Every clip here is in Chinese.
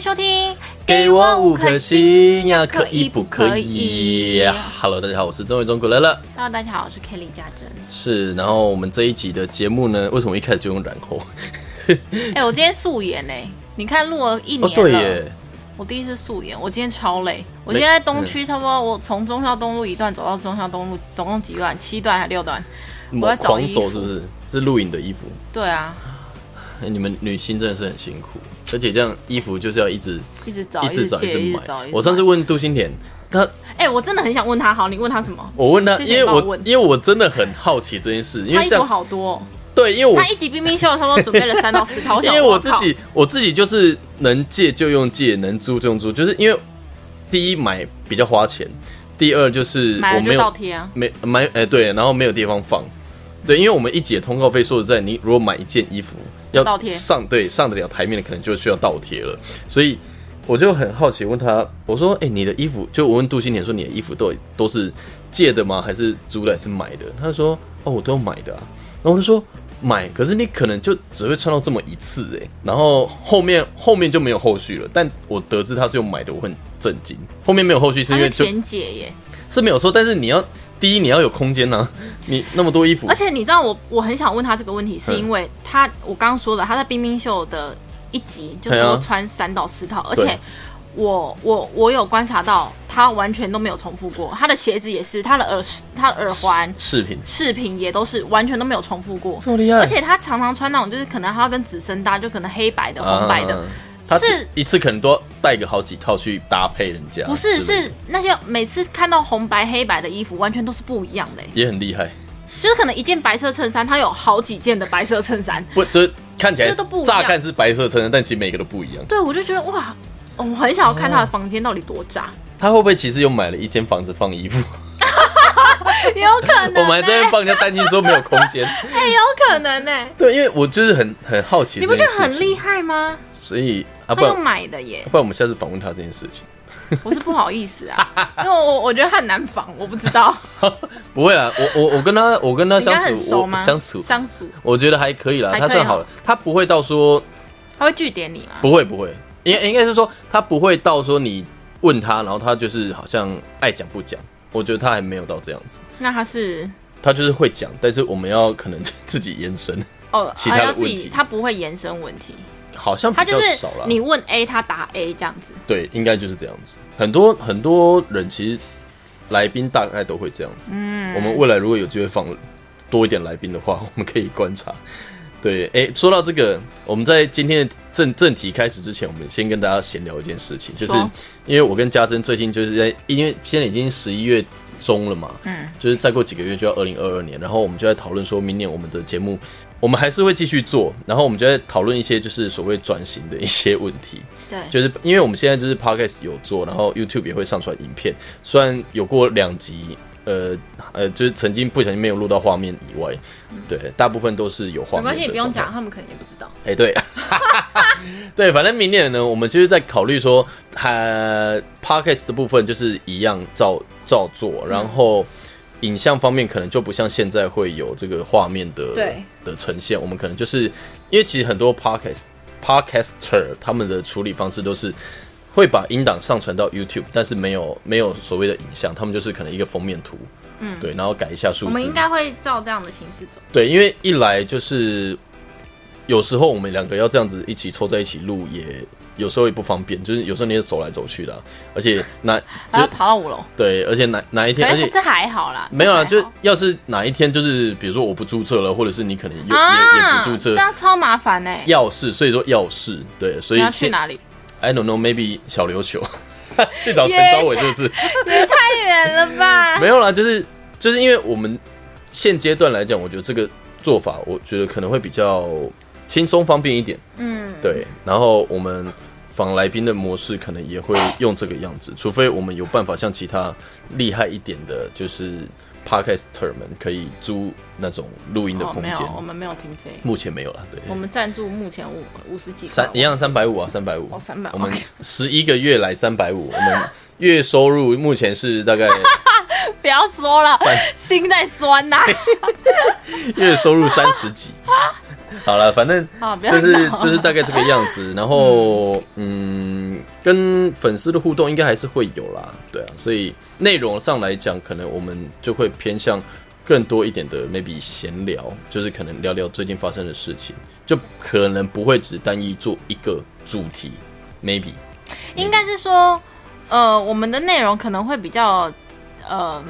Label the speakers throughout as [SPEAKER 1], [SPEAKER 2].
[SPEAKER 1] 收听，
[SPEAKER 2] 给我五颗星呀，可以不可以？Hello，大家好，我是曾伟忠古乐乐，
[SPEAKER 1] Hello，大家好，我是 Kelly 家珍。
[SPEAKER 2] 是。然后我们这一集的节目呢，为什么一开始就用然后？
[SPEAKER 1] 哎、我今天素颜哎、你看录了一
[SPEAKER 2] 哦，
[SPEAKER 1] 年
[SPEAKER 2] 对
[SPEAKER 1] 了，
[SPEAKER 2] 耶，
[SPEAKER 1] 我第一次素颜，我今天超累。我
[SPEAKER 2] 累嗯
[SPEAKER 1] 今天在东区，差不多我从中孝东路一段走到中孝东路，总共几段？七段还六段？我在找
[SPEAKER 2] 狂
[SPEAKER 1] 衣
[SPEAKER 2] 走
[SPEAKER 1] 服
[SPEAKER 2] 是不是？是录影的衣服。
[SPEAKER 1] 对啊，
[SPEAKER 2] 哎你们女星真的是很辛苦，而且这样衣服就是要一直
[SPEAKER 1] 一直找，
[SPEAKER 2] 一直找，
[SPEAKER 1] 借，
[SPEAKER 2] 一
[SPEAKER 1] 一
[SPEAKER 2] 直
[SPEAKER 1] 直找。
[SPEAKER 2] 买
[SPEAKER 1] 一。直
[SPEAKER 2] 我上次
[SPEAKER 1] 找
[SPEAKER 2] 问杜心田，她
[SPEAKER 1] 哎、我真的很想问他，好，你问他什么？
[SPEAKER 2] 我问她，
[SPEAKER 1] 谢谢
[SPEAKER 2] 因为
[SPEAKER 1] 你帮我
[SPEAKER 2] 我
[SPEAKER 1] 问
[SPEAKER 2] 因为我真的很好奇这件事，因
[SPEAKER 1] 他
[SPEAKER 2] 为
[SPEAKER 1] 衣服
[SPEAKER 2] 像
[SPEAKER 1] 好多、哦，
[SPEAKER 2] 对，因为我
[SPEAKER 1] 他一集冰冰秀差不多准备了三到四套，我
[SPEAKER 2] 因
[SPEAKER 1] 想
[SPEAKER 2] 为我
[SPEAKER 1] 哇
[SPEAKER 2] 自
[SPEAKER 1] 靠
[SPEAKER 2] 己我自己就是能借就用借，能租就用租，就是因为第一买比较花钱，第二就是
[SPEAKER 1] 买
[SPEAKER 2] 我
[SPEAKER 1] 了
[SPEAKER 2] 没
[SPEAKER 1] 就
[SPEAKER 2] 有
[SPEAKER 1] 倒贴啊。
[SPEAKER 2] 没买哎、对，然后没有地方放，对，因为我们一节通告费说实在，你如果买一件衣服要
[SPEAKER 1] 倒贴
[SPEAKER 2] 上对上得了台面的，可能就需要倒贴了，所以。我就很好奇，问他，我说：“哎、你的衣服，就我问杜新田说，你的衣服都都是借的吗？还是租的，还是买的？”他说：“哦，我都有买的啊。”然后我就说：“买，可是你可能就只会穿到这么一次哎、然后后面后面就没有后续了。但我得知他是用买的，我很震惊。后面没有后续是
[SPEAKER 1] 他
[SPEAKER 2] 因为
[SPEAKER 1] 是
[SPEAKER 2] 就
[SPEAKER 1] 田姐耶，
[SPEAKER 2] 是没有错，但是你要第一你要有空间呐、啊 你那么多衣服
[SPEAKER 1] 而，且你知道我我很想问他这个问题，是
[SPEAKER 2] 嗯
[SPEAKER 1] 因为他我刚刚说了，他在冰冰秀的一集就是
[SPEAKER 2] 对啊
[SPEAKER 1] 我穿三到四套，而
[SPEAKER 2] 对
[SPEAKER 1] 且我我我有观察到他完全都没有重复过，他的鞋子也是，他的耳饰他的耳环、
[SPEAKER 2] 饰品
[SPEAKER 1] 饰品也都是完全都没有重复过，
[SPEAKER 2] 这么厉害，
[SPEAKER 1] 而且他常常穿那种就是可能他要跟紫深搭，就可能黑白的、红白的
[SPEAKER 2] 啊，他
[SPEAKER 1] 是
[SPEAKER 2] 一次可能都要带个好几套去搭配人家，
[SPEAKER 1] 不是
[SPEAKER 2] 之类的
[SPEAKER 1] 是那些每次看到红白黑白的衣服完全都是不一样的、欸
[SPEAKER 2] 也很厉害，
[SPEAKER 1] 就是可能一件白色衬衫，他有好几件的白色衬衫。
[SPEAKER 2] 不就是看起来
[SPEAKER 1] 这都不一样
[SPEAKER 2] 乍看是白色衬衫，但其实每个都不一样。
[SPEAKER 1] 对，我就觉得哇，哦我很想要看
[SPEAKER 2] 哦
[SPEAKER 1] 他的房间到底多 炸，
[SPEAKER 2] 他会不会其实有买了一间房子放 衣服？
[SPEAKER 1] 有可能、欸，
[SPEAKER 2] 我们还在那边帮人家担心说没有空 间，
[SPEAKER 1] 哎、有可能呢、
[SPEAKER 2] 对，因为我就是很很好奇，
[SPEAKER 1] 你不觉得很厉？害吗？
[SPEAKER 2] 所以
[SPEAKER 1] 他
[SPEAKER 2] 啊，不然
[SPEAKER 1] 用买的耶，
[SPEAKER 2] 不然我们下次访问他这件事情，
[SPEAKER 1] 我是不好意思 啊，因为我我觉得他很难防，我不知道。
[SPEAKER 2] 不会啦，我我我跟他我跟他
[SPEAKER 1] 你跟
[SPEAKER 2] 相
[SPEAKER 1] 他很
[SPEAKER 2] 处，
[SPEAKER 1] 熟
[SPEAKER 2] 我
[SPEAKER 1] 吗？
[SPEAKER 2] 相处
[SPEAKER 1] 相处，
[SPEAKER 2] 我觉得还可以啦，
[SPEAKER 1] 还可
[SPEAKER 2] 他
[SPEAKER 1] 以
[SPEAKER 2] 算好了，他不会到说
[SPEAKER 1] 他会据点你吗？
[SPEAKER 2] 不会不会，应应该是说他不会到说你问他，然后他就是好像爱讲不讲，我觉得他还没有到这样子，
[SPEAKER 1] 那他是
[SPEAKER 2] 他就是会讲，但是我们要可能 自己延伸，
[SPEAKER 1] 哦，
[SPEAKER 2] 其他的
[SPEAKER 1] 要自
[SPEAKER 2] 问题
[SPEAKER 1] 己，他不会延伸问题，
[SPEAKER 2] 好像
[SPEAKER 1] 他
[SPEAKER 2] 比较
[SPEAKER 1] 就是
[SPEAKER 2] 少啦。
[SPEAKER 1] 你问 A，他答 A 这样子。
[SPEAKER 2] 对，应该就是这样子。很多很多人其实来宾大概都会这样子。嗯，我们未来如果有机会放多一点来宾的话， 我们可以观察。对，哎、说到这个，我们在今天的正正题开始之前，我们先跟大家闲聊一件事情，就是
[SPEAKER 1] 说
[SPEAKER 2] 因为我跟家珍最近就是在，因为现在已经十一月中了嘛，
[SPEAKER 1] 嗯，
[SPEAKER 2] 就是再过几个月就要二零二二年，然后我们就在讨论说明年我们的节目，我们还是会继续做，然后我们就在讨论一些就是所谓转型的一些问题。
[SPEAKER 1] 对，
[SPEAKER 2] 就是因为我们现在就是 podcast 有做，然后 YouTube 也会上传影片，虽然有过两集，呃呃，就是曾经不小心没有录到画面以外，对，大部分都是有画
[SPEAKER 1] 没
[SPEAKER 2] 面。
[SPEAKER 1] 关系，你不用讲，。他们可能也不知道。
[SPEAKER 2] 哎、对， 对，反正明年呢，我们就是在考虑说，呃，podcast 的部分就是一样照照做，然
[SPEAKER 1] 嗯
[SPEAKER 2] 后影像方面可能就不像现在会有这个画面的
[SPEAKER 1] 对
[SPEAKER 2] 的呈现，我们可能就是因为其实很多 podcast podcaster 他们的处理方式都是。会把音档上传到 YouTube，但是没有没有所谓的影像，他们就是可能一个封面图，嗯，对，然后改一下数字，
[SPEAKER 1] 我们应该会照这样的形式走。
[SPEAKER 2] 对，因为一来就是有时候我们两个要这样子一起凑在一起录，也有时候也不方便，就是有时候你也走来走去的啊、而且哪
[SPEAKER 1] 还
[SPEAKER 2] 就
[SPEAKER 1] 要爬到五楼，
[SPEAKER 2] 对，而且哪哪一天，
[SPEAKER 1] 反
[SPEAKER 2] 而
[SPEAKER 1] 正
[SPEAKER 2] 且
[SPEAKER 1] 啊哎这还好啦，
[SPEAKER 2] 没有
[SPEAKER 1] 啊，
[SPEAKER 2] 啊，就要是哪一天就是比如说我不住这了，或者是你可能也、
[SPEAKER 1] 啊，
[SPEAKER 2] 也也不住
[SPEAKER 1] 这
[SPEAKER 2] 这，
[SPEAKER 1] 样超麻烦呢。
[SPEAKER 2] 要是所以说要是对，所
[SPEAKER 1] 你
[SPEAKER 2] 以
[SPEAKER 1] 要去
[SPEAKER 2] 现
[SPEAKER 1] 哪里？
[SPEAKER 2] I don't know maybe 小琉球去找陈昭伟是不是？
[SPEAKER 1] 太远了吧？
[SPEAKER 2] 没有啦，就是就是因为我们现阶段来讲，我觉得这个做法，我觉得可能会比较轻松方便一点。
[SPEAKER 1] 嗯，
[SPEAKER 2] 对，然后我们访来宾的模式可能也会用这个样子，除非我们有办法像其他厉害一点的，就是 podcaster 们可以租那种录音的
[SPEAKER 1] 哦，
[SPEAKER 2] 空
[SPEAKER 1] 没
[SPEAKER 2] 间，
[SPEAKER 1] 有，我们没有经费，
[SPEAKER 2] 目前没有啦。对，
[SPEAKER 1] 我们赞助目前五五十几
[SPEAKER 2] 三
[SPEAKER 1] 块
[SPEAKER 2] 一样三百五啊，三百五
[SPEAKER 1] 哦，350
[SPEAKER 2] 我们十一个月来三百五，我们月收入目前是大概
[SPEAKER 1] 不要说了，心在酸啊呐。
[SPEAKER 2] 月收入三十 几。好了，反正
[SPEAKER 1] 啊，不要
[SPEAKER 2] 就是
[SPEAKER 1] 闹
[SPEAKER 2] 就是大概这个样子。然后嗯，跟粉丝的互动应该还是会有啦，对啊，所以内容上来讲，可能我们就会偏向更多一点的 maybe 闲聊，就是可能聊聊最近发生的事情，就可能不会只单一做一个主题，maybe
[SPEAKER 1] 应该是说，呃，我们的内容可能会比较，呃，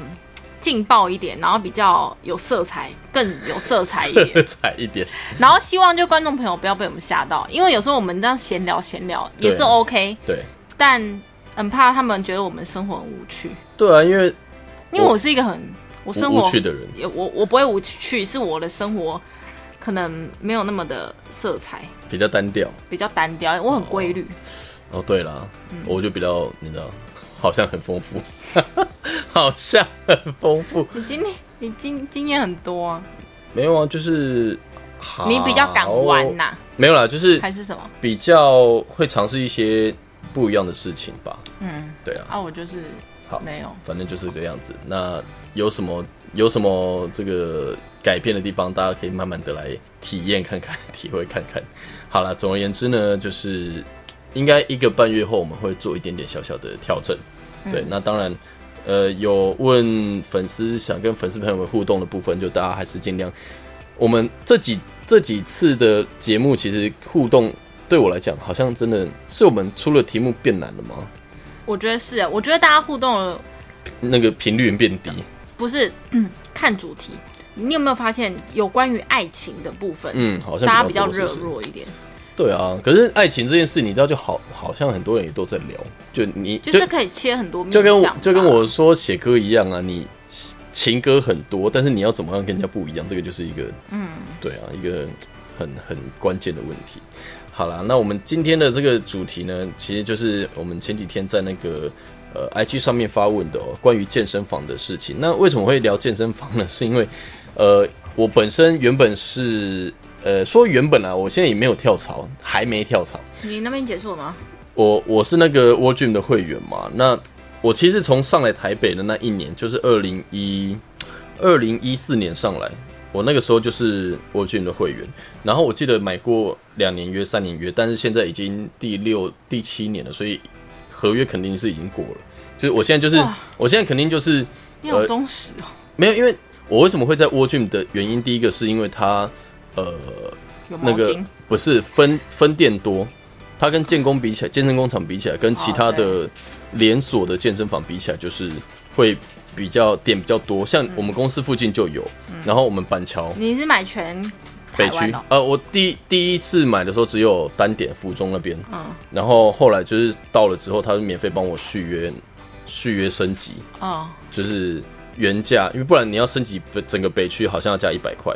[SPEAKER 1] 劲爆一点，然后比较有色彩，更有色彩 一
[SPEAKER 2] 色
[SPEAKER 1] 点。
[SPEAKER 2] 彩一点，
[SPEAKER 1] 然后希望就观众朋友不要被我们吓到，因为有时候我们这样闲聊闲聊也是
[SPEAKER 2] 对啊
[SPEAKER 1] OK，、
[SPEAKER 2] 对
[SPEAKER 1] 但很怕他们觉得我们生活很无趣，
[SPEAKER 2] 对啊，因为
[SPEAKER 1] 因为我是一个很我生
[SPEAKER 2] 无
[SPEAKER 1] 活
[SPEAKER 2] 无趣的人，
[SPEAKER 1] 也我我不会无趣，是我的生活可能没有那么的色彩，
[SPEAKER 2] 比较单调。
[SPEAKER 1] 比较单调，我很规律。
[SPEAKER 2] 哦，对啦，
[SPEAKER 1] 嗯
[SPEAKER 2] 我就比较你知道， 好像很丰富， 好像很丰富，
[SPEAKER 1] 你今天你经经验很多、啊，
[SPEAKER 2] 没有啊，就是
[SPEAKER 1] 你比较敢玩呐、
[SPEAKER 2] 没有啦，就是
[SPEAKER 1] 还是什么？
[SPEAKER 2] 比较会尝试一些不一样的事情吧。
[SPEAKER 1] 嗯，
[SPEAKER 2] 对啊，
[SPEAKER 1] 啊，我就是
[SPEAKER 2] 好，
[SPEAKER 1] 没有。
[SPEAKER 2] 反正就是这个样子。那有什么有什么这个改变的地方，大家可以慢慢的来体验看 看，体会看看。好了，总而言之呢，就是应该一个半月后我们会做一点点小小的调整。对，那当然。呃，有问粉丝想跟粉丝朋友们互动的部分，就大家还是尽量。我们这几这几次的节目，其实互动对我来讲，好像真的是我们出了题目变难了吗？
[SPEAKER 1] 我觉得是耶，我觉得大家互动了
[SPEAKER 2] 那个频率变低。
[SPEAKER 1] 不是、嗯、看主题，你有没有发现有关于爱情的部分，
[SPEAKER 2] 嗯，好像
[SPEAKER 1] 大家比
[SPEAKER 2] 比
[SPEAKER 1] 较
[SPEAKER 2] 较多
[SPEAKER 1] 热。
[SPEAKER 2] 是不是
[SPEAKER 1] 络一点，
[SPEAKER 2] 对啊，可是爱情这件事，你知道，就好，好像很多人也都在聊，就你就
[SPEAKER 1] 就是可以切很多面
[SPEAKER 2] 就跟我
[SPEAKER 1] 向啊吧
[SPEAKER 2] 就跟我说写歌一样啊，你情歌很多，但是你要怎么样跟人家不一样，这个就是一个嗯，对啊，一个很很关键的问题。好啦，那我们今天的这个主题呢，其实就是我们前几天在那个呃 IG 上面发问的哦，关于健身房的事情。那为什么会聊健身房呢？是因为呃，我本身原本是呃说原本啊，我现在也没有跳槽，还没跳槽。
[SPEAKER 1] 你那边结束了吗？
[SPEAKER 2] 我我是那个 w o r Gym 的会员嘛，那我其实从上来台北的那一年，就是二零一二零一四年上来，我那个时候就是 w o r Gym 的会员，然后我记得买过两年约、三年约，但是现在已经第六、第七年了，所以合约肯定是已经过了。就是我现在就是
[SPEAKER 1] 哇，
[SPEAKER 2] 我现在肯定就是
[SPEAKER 1] 你好
[SPEAKER 2] 呃
[SPEAKER 1] 忠实哦，
[SPEAKER 2] 没有，因为我为什么会在 w o r Gym 的原因，第一个是因为它呃
[SPEAKER 1] 有毛
[SPEAKER 2] 那个
[SPEAKER 1] 巾。
[SPEAKER 2] 不是分分店多，它跟建工比起来，健身工厂比起来，跟其
[SPEAKER 1] 哦
[SPEAKER 2] 他的连锁的健身房比起来，就是会比较点比较多。像我们公司附近就有，然后我们板桥
[SPEAKER 1] 嗯你是买全台
[SPEAKER 2] 北
[SPEAKER 1] 湾
[SPEAKER 2] 区
[SPEAKER 1] 哦，？
[SPEAKER 2] 呃，我第第一次买的时候只有单点服中那边，
[SPEAKER 1] 嗯
[SPEAKER 2] 然后后来就是到了之后，他就免费帮我续约续约升级，
[SPEAKER 1] 哦，
[SPEAKER 2] 就是原价，因为不然你要升级北整个北区，好像要加一百块，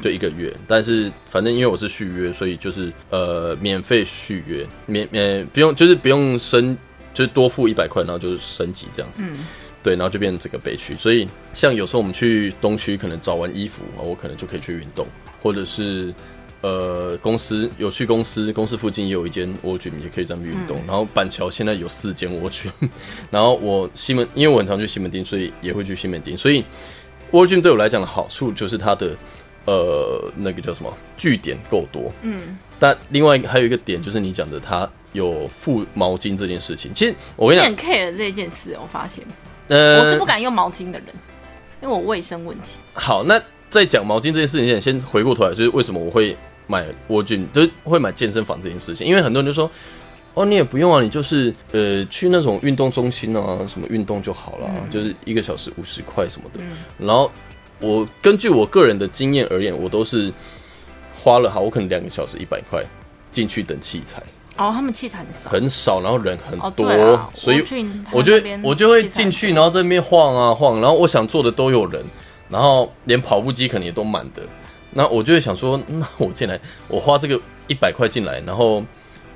[SPEAKER 2] 就一个月。但是反正因为我是续约，所以就是呃免费续约，免呃不用就是不用升，就是多付一百块，然后就是升级这样子。
[SPEAKER 1] 嗯
[SPEAKER 2] 对，然后就变成整个北区。所以像有时候我们去东区，可能找完衣服，哦我可能就可以去运动，或者是呃公司有去公司，公司附近也有一间 w o g y m 也可以在那边运动。
[SPEAKER 1] 嗯
[SPEAKER 2] 然后板桥现在有四间 w o g y m 然后我西门，因为我很常去西门町，所以也会去西门町。所以 w o g y m 对我来讲的好处就是它的呃那个叫什么据点够多，
[SPEAKER 1] 嗯，
[SPEAKER 2] 但另外还有一个点就是你讲的它。有附毛巾这件事情，其实我跟
[SPEAKER 1] 你
[SPEAKER 2] 你讲
[SPEAKER 1] 很，care 这件事，哦我发现
[SPEAKER 2] 啊呃，
[SPEAKER 1] 我是不敢用毛巾的人，因为我卫生问题。
[SPEAKER 2] 好，那在讲毛巾这件事情前，先回过头来，就是为什么我会买 w o r g y m 就是会买健身房这件事情，因为很多人就说，哦，你也不用啊，你就是呃去那种运动中心啊，什么运动就好了，
[SPEAKER 1] 嗯
[SPEAKER 2] 就是一个小时五十块什么的。然后我根据我个人的经验而言，我都是花了好，我可能两个小时一百块进去等器材，
[SPEAKER 1] 哦，他们器材很少，
[SPEAKER 2] 很少，然后人很
[SPEAKER 1] 哦
[SPEAKER 2] 多，
[SPEAKER 1] 对啊，
[SPEAKER 2] 所以
[SPEAKER 1] 我去他
[SPEAKER 2] 我就
[SPEAKER 1] 那
[SPEAKER 2] 会
[SPEAKER 1] 边
[SPEAKER 2] 我就会
[SPEAKER 1] 器材
[SPEAKER 2] 进去，然后在那边晃啊晃，然后我想做的都有人，然后连跑步机可能也都满的。那我就会想说，那我进来，我花这个一百块进来，然后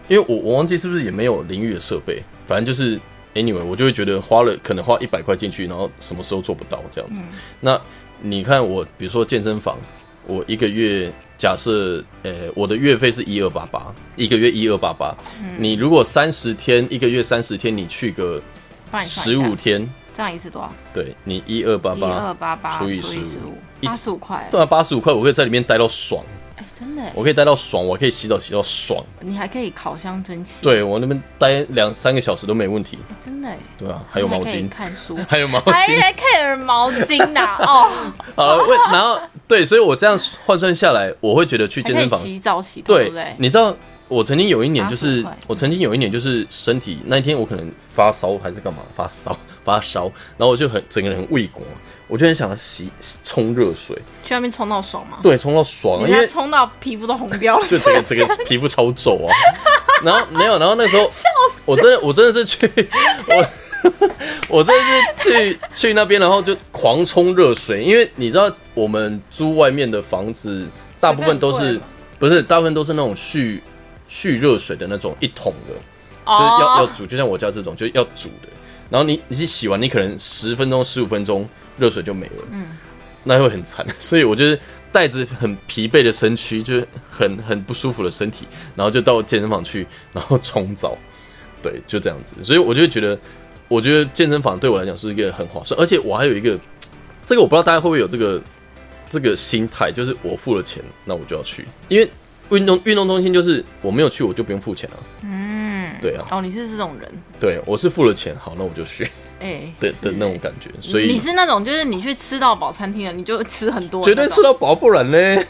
[SPEAKER 2] 因为我我忘记是不是也没有淋浴的设备，反正就是 anyway，我就会觉得花了可能花一百块进去，然后什么时候做不到这样子。那你看我，比如说健身房，我一个月假设，呃，我的月费是一二八八，一个月一二八八。你如果三十天，一个月三十天，你去个
[SPEAKER 1] 帮你算一
[SPEAKER 2] 十
[SPEAKER 1] 下
[SPEAKER 2] 五，天，
[SPEAKER 1] 这样一次多少？
[SPEAKER 2] 对你一二八
[SPEAKER 1] 一二八
[SPEAKER 2] 八，
[SPEAKER 1] 八
[SPEAKER 2] 除以
[SPEAKER 1] 以
[SPEAKER 2] 15
[SPEAKER 1] 五，
[SPEAKER 2] 一
[SPEAKER 1] 八十五块。
[SPEAKER 2] 对啊，八十五块，我可以在里面待到爽。
[SPEAKER 1] 哎，真的耶，
[SPEAKER 2] 我可以待到爽，我可以洗澡洗到爽。
[SPEAKER 1] 你还可以烤箱蒸汽，
[SPEAKER 2] 对我那边待两三个小时都没问题。
[SPEAKER 1] 哎，真的耶，
[SPEAKER 2] 对啊，还有
[SPEAKER 1] 你
[SPEAKER 2] 毛
[SPEAKER 1] 可以
[SPEAKER 2] 巾，
[SPEAKER 1] 看书，
[SPEAKER 2] 还有 毛
[SPEAKER 1] 还
[SPEAKER 2] 巾。
[SPEAKER 1] 还 care 毛巾呐、 哦，
[SPEAKER 2] 好，为然后对，所以我这样换算下来，我会觉得去
[SPEAKER 1] 还
[SPEAKER 2] 健
[SPEAKER 1] 可以
[SPEAKER 2] 身房
[SPEAKER 1] 洗澡洗头，对
[SPEAKER 2] 对
[SPEAKER 1] 不对，？
[SPEAKER 2] 你知道我曾经有一年就是
[SPEAKER 1] 80块，
[SPEAKER 2] 我曾经有一年就是身体那一天我可能发烧还是干嘛发烧 发烧，然后我就很整个人很畏光，我就很想洗冲热水，
[SPEAKER 1] 去外面冲到爽吗？
[SPEAKER 2] 对，冲到爽，
[SPEAKER 1] 人
[SPEAKER 2] 因
[SPEAKER 1] 家
[SPEAKER 2] 为
[SPEAKER 1] 冲到皮肤都红掉了，
[SPEAKER 2] 就整个整个皮肤超皱啊。然后没有，然后那 时候我真的我真的是去我。我真的是去去那边，然后就狂冲热水，因为你知道我们租外面的房子，大部分都
[SPEAKER 1] 水费很
[SPEAKER 2] 是
[SPEAKER 1] 贵吗
[SPEAKER 2] 不是大部分都是那种蓄蓄热水的那种一桶的，就是要、要
[SPEAKER 1] 哦，
[SPEAKER 2] 煮，就像我家这种就是要煮的。然后你你去洗完，你可能十分钟十五分钟热水就没了，嗯， 那会很惨。 所以我就是带着很疲惫的身躯，就是很很不舒服的身体，然后就到健身房去，然后冲澡，对，就这样子。所以我就会觉得，我觉得健身房对我来讲是一个很划算，而且我还有一个，这个我不知道大家会不会有这个这个心态，就是我付了钱，那我就要去，因为运动运动中心就是我没有去我就不用付钱啊，
[SPEAKER 1] 嗯，
[SPEAKER 2] 对啊。
[SPEAKER 1] 哦，你是这种人，
[SPEAKER 2] 对，我是付了钱，好，那我就去
[SPEAKER 1] 哎、
[SPEAKER 2] 的
[SPEAKER 1] 是
[SPEAKER 2] 的那
[SPEAKER 1] 哎
[SPEAKER 2] 种感觉，所以
[SPEAKER 1] 你是那种就是你去吃到饱餐厅了，你就吃很多，
[SPEAKER 2] 绝对吃
[SPEAKER 1] 到
[SPEAKER 2] 到饱，不然呢？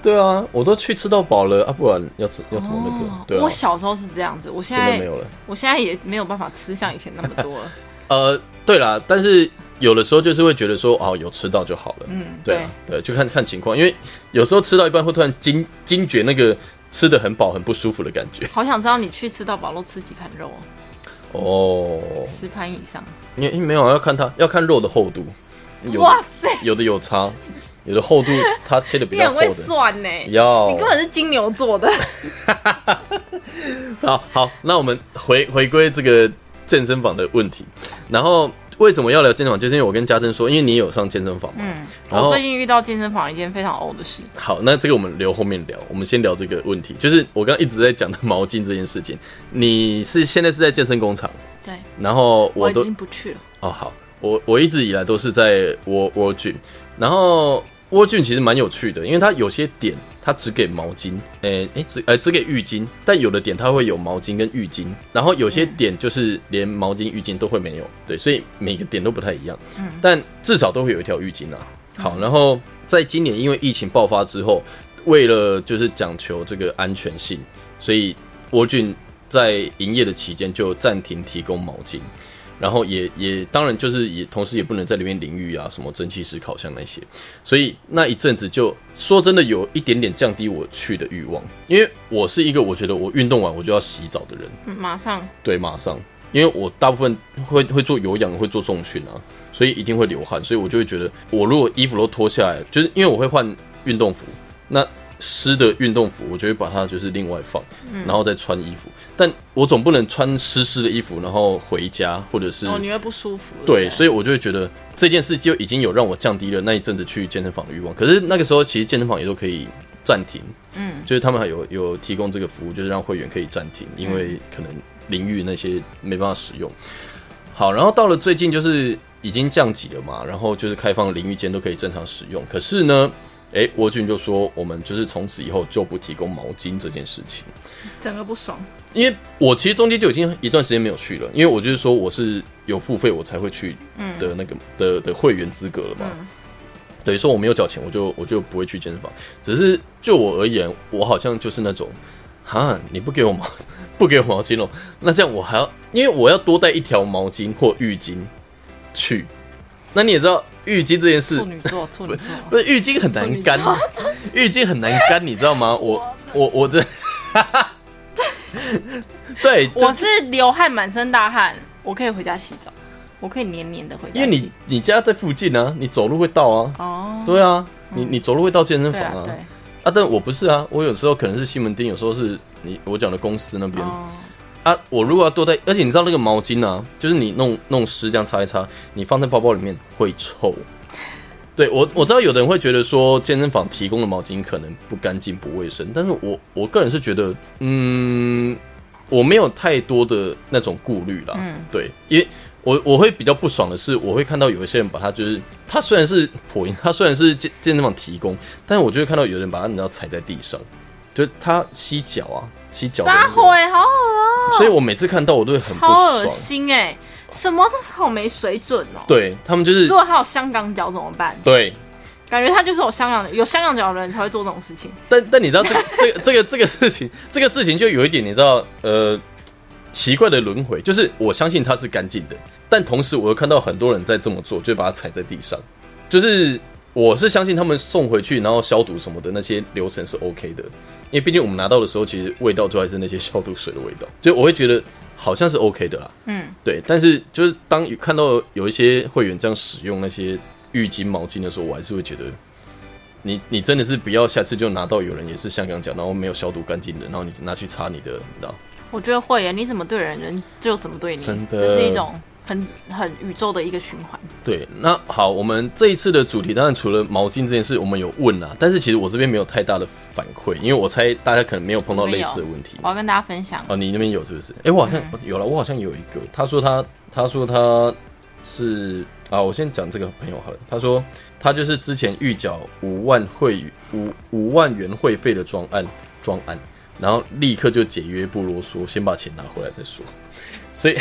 [SPEAKER 2] 对啊，我都去吃到饱了啊，不然要吃要怎么那个？对啊
[SPEAKER 1] 哦我，小时候是这样子，我现
[SPEAKER 2] 真的
[SPEAKER 1] 在
[SPEAKER 2] 没有了。
[SPEAKER 1] 我现在也没有办法吃像以前那么多 了。
[SPEAKER 2] 呃，对啦，但是有的时候就是会觉得说，哦，有吃到就好了。
[SPEAKER 1] 嗯，
[SPEAKER 2] 对啊，对，就看看情况，因为有时候吃到一半会突然惊惊觉那个吃的很饱很不舒服的感觉。
[SPEAKER 1] 好想知道你去吃到饱都吃几盘肉、哦，
[SPEAKER 2] 哦，
[SPEAKER 1] 十盘以上。
[SPEAKER 2] 因为因为没有啊要看它，要看肉的厚度，有
[SPEAKER 1] 哇
[SPEAKER 2] 的
[SPEAKER 1] 塞，
[SPEAKER 2] 有的有差，有的厚度它切的比
[SPEAKER 1] 你
[SPEAKER 2] 较
[SPEAKER 1] 很
[SPEAKER 2] 厚
[SPEAKER 1] 会
[SPEAKER 2] 的。
[SPEAKER 1] 算呢、
[SPEAKER 2] 要
[SPEAKER 1] 你根本是金牛座 的。
[SPEAKER 2] 好好，那我们回回归这个健身房的问题。然后为什么要聊健身房？就是因为我跟家珍说，因为你也有上健身房嘛。
[SPEAKER 1] 嗯，
[SPEAKER 2] 然后
[SPEAKER 1] 我最近遇到健身房一件非常呕的事。
[SPEAKER 2] 好，那这个我们留后面聊。我们先聊这个问题，就是我刚刚一直在讲的毛巾这件事情。你是现在是在健身工厂，
[SPEAKER 1] 对，
[SPEAKER 2] 然后
[SPEAKER 1] 我
[SPEAKER 2] 我
[SPEAKER 1] 已
[SPEAKER 2] 都
[SPEAKER 1] 经不去了。
[SPEAKER 2] 哦好，我我一直以来都是在 War War Gym，然后 War Gym 其实蛮有趣的，因为它有些点它只给毛巾，诶、诶、只诶、呃只给浴巾，但有的点它会有毛巾跟浴巾，然后有些点就是连毛巾浴巾都会没有，对，所以每个点都不太一样，
[SPEAKER 1] 嗯
[SPEAKER 2] 但至少都会有一条浴巾啊。好，然后在今年因为疫情爆发之后，为了就是讲求这个安全性，所以 War Gym 在营业的期间就暂停提供毛巾。然后也也当然就是也同时也不能在里面淋浴啊，什么蒸汽式烤箱那些，所以那一阵子就说真的有一点点降低我去的欲望，因为我是一个我觉得我运动完我就要洗澡的人，
[SPEAKER 1] 嗯马上
[SPEAKER 2] 对，马上，因为我大部分会会做有氧，会做重训啊，所以一定会流汗，所以我就会觉得我如果衣服都脱下来，就是因为我会换运动服，那湿的运动服我就会把它就是另外放，然后再穿衣服，但我总不能穿湿湿的衣服然后回家或者是
[SPEAKER 1] 哦，你会不舒服。
[SPEAKER 2] 对，
[SPEAKER 1] 以
[SPEAKER 2] 所以我就会觉得这件事就已经有让我降低了那一阵子去健身房的欲望。可是那个时候，其实健身房也都可以暂停，
[SPEAKER 1] 嗯，
[SPEAKER 2] 就是他们还有有提供这个服务，就是让会员可以暂停，因为可能淋浴那些没办法使用。好，然后到了最近就是已经降级了嘛，然后就是开放淋浴间都可以正常使用。可是呢，诶，沃俊就说我们就是从此以后就不提供毛巾这件事情。
[SPEAKER 1] 整个不爽。
[SPEAKER 2] 因为我其实中间就已经一段时间没有去了，因为我就是说我是有付费我才会去的那个、的的会员资格了嘛，等于说我没有缴钱，我就我就不会去健身房。只是就我而言，我好像就是那种，哈，你不给我毛 不给我毛巾哦，那这样我还要，因为我要多带一条毛巾或浴巾去。那你也知道浴巾这件事
[SPEAKER 1] 处，女座，处女 座。
[SPEAKER 2] 不是浴巾很难 干，浴巾很难干，你知道吗？我我我这， 对，就
[SPEAKER 1] 我是流汗满身大汗，我可以回家洗澡，我可以黏黏的回家洗。
[SPEAKER 2] 因为你你家在附近啊，你走路会到啊，
[SPEAKER 1] 哦，
[SPEAKER 2] 对啊，你你走路会到健身
[SPEAKER 1] 对
[SPEAKER 2] 房
[SPEAKER 1] 啊，
[SPEAKER 2] 啊，
[SPEAKER 1] 对，
[SPEAKER 2] 啊，但我不是啊，我有时候可能是西门町，有时候是你我讲的公司那边
[SPEAKER 1] 哦，
[SPEAKER 2] 啊，我如果要多带，而且你知道那个毛巾啊，就是你弄弄湿这样擦一擦，你放在包包里面会臭。对我我知道有的人会觉得说健身房提供的毛巾可能不干净不卫生，但是我我个人是觉得，嗯，我没有太多的那种顾虑啦。
[SPEAKER 1] 嗯
[SPEAKER 2] 对，因为我我会比较不爽的是，我会看到有一些人把他就是他虽然是破音，他虽然是健健身房提供，但是我就会看到有人把他你知道踩在地上，就是他吸脚啊，吸脚的那
[SPEAKER 1] 撒
[SPEAKER 2] 个。
[SPEAKER 1] 谎哎，好恶
[SPEAKER 2] 所以我每次看到我都会很不
[SPEAKER 1] 超恶
[SPEAKER 2] 爽。
[SPEAKER 1] 心哎、什么这好没水准哦、，
[SPEAKER 2] 对他们就是
[SPEAKER 1] 如果他有香港脚怎么办？
[SPEAKER 2] 对，
[SPEAKER 1] 感觉他就是有香港的有香港脚的人才会做这种事情。
[SPEAKER 2] 但但你知道这个这个这个这个事情，这个事情就有一点你知道呃奇怪的轮回，就是我相信它是干净的，但同时我又看到很多人在这么做，就把它踩在地上，就是我是相信他们送回去然后消毒什么的那些流程是 OK 的，因为毕竟我们拿到的时候，其实味道就还是那些消毒水的味道，所以我会觉得好像是 OK 的啦。
[SPEAKER 1] 嗯，
[SPEAKER 2] 对，但是就是当有看到有一些会员这样使用那些浴巾、毛巾的时候，我还是会觉得你，你真的是不要下次就拿到有人也是香港脚，然后没有消毒干净的，然后你拿去擦你的，你知道？
[SPEAKER 1] 我觉得会耶，你怎么对人，人就怎么对你，
[SPEAKER 2] 真的
[SPEAKER 1] 这是一种很很宇宙的一个循环。
[SPEAKER 2] 对，那好，我们这一次的主题当然除了毛巾这件事，我们有问啊，但是其实我这边没有太大的反馈，因为我猜大家可能没有碰到类似的问题。
[SPEAKER 1] 我要跟大家分享，
[SPEAKER 2] 哦，你那边有是不是？哎、我好像、有了，我好像有一个，他说他他说他是啊，我先讲这个朋友好了，他说他就是之前预缴五万会五五万元会费的专案专案，然后立刻就解约不啰嗦，先把钱拿回来再说， 所以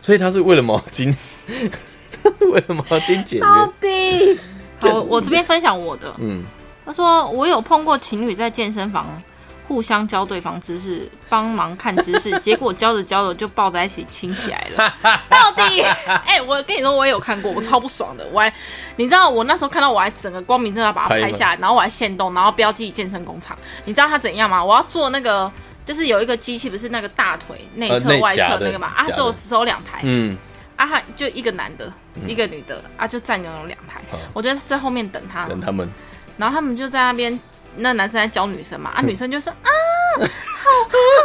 [SPEAKER 2] 所以他是为了毛巾， 他是为了毛巾解
[SPEAKER 1] 哦
[SPEAKER 2] 约，
[SPEAKER 1] 底好，我我这边分享我的。
[SPEAKER 2] 嗯，
[SPEAKER 1] 他说我有碰过情侣在健身房互相教对方姿势，帮忙看姿势，结果教着教着就抱在一起亲起来 了。到底， 哎、我跟你说，我也有看过，我超不爽的。我还，你知道我那时候看到我还整个光明正大把它
[SPEAKER 2] 拍吗
[SPEAKER 1] 拍下来，然后我还现动，然后标记健身工厂。你知道他怎样吗？我要做那个。就是有一个机器，不是那个大腿内
[SPEAKER 2] 呃
[SPEAKER 1] 侧、
[SPEAKER 2] 内
[SPEAKER 1] 外
[SPEAKER 2] 夹
[SPEAKER 1] 侧
[SPEAKER 2] 的
[SPEAKER 1] 那个嘛？啊，他
[SPEAKER 2] 夹
[SPEAKER 1] 只有
[SPEAKER 2] 的
[SPEAKER 1] 只有两台，
[SPEAKER 2] 嗯，
[SPEAKER 1] 啊，他就一个男的，一个女的，啊，就站了有两台
[SPEAKER 2] 嗯。
[SPEAKER 1] 我就在后面等他，
[SPEAKER 2] 等他们
[SPEAKER 1] 然后他们就在那边，那男生在教女生嘛，
[SPEAKER 2] 嗯
[SPEAKER 1] 啊，女生就是 啊，好好脏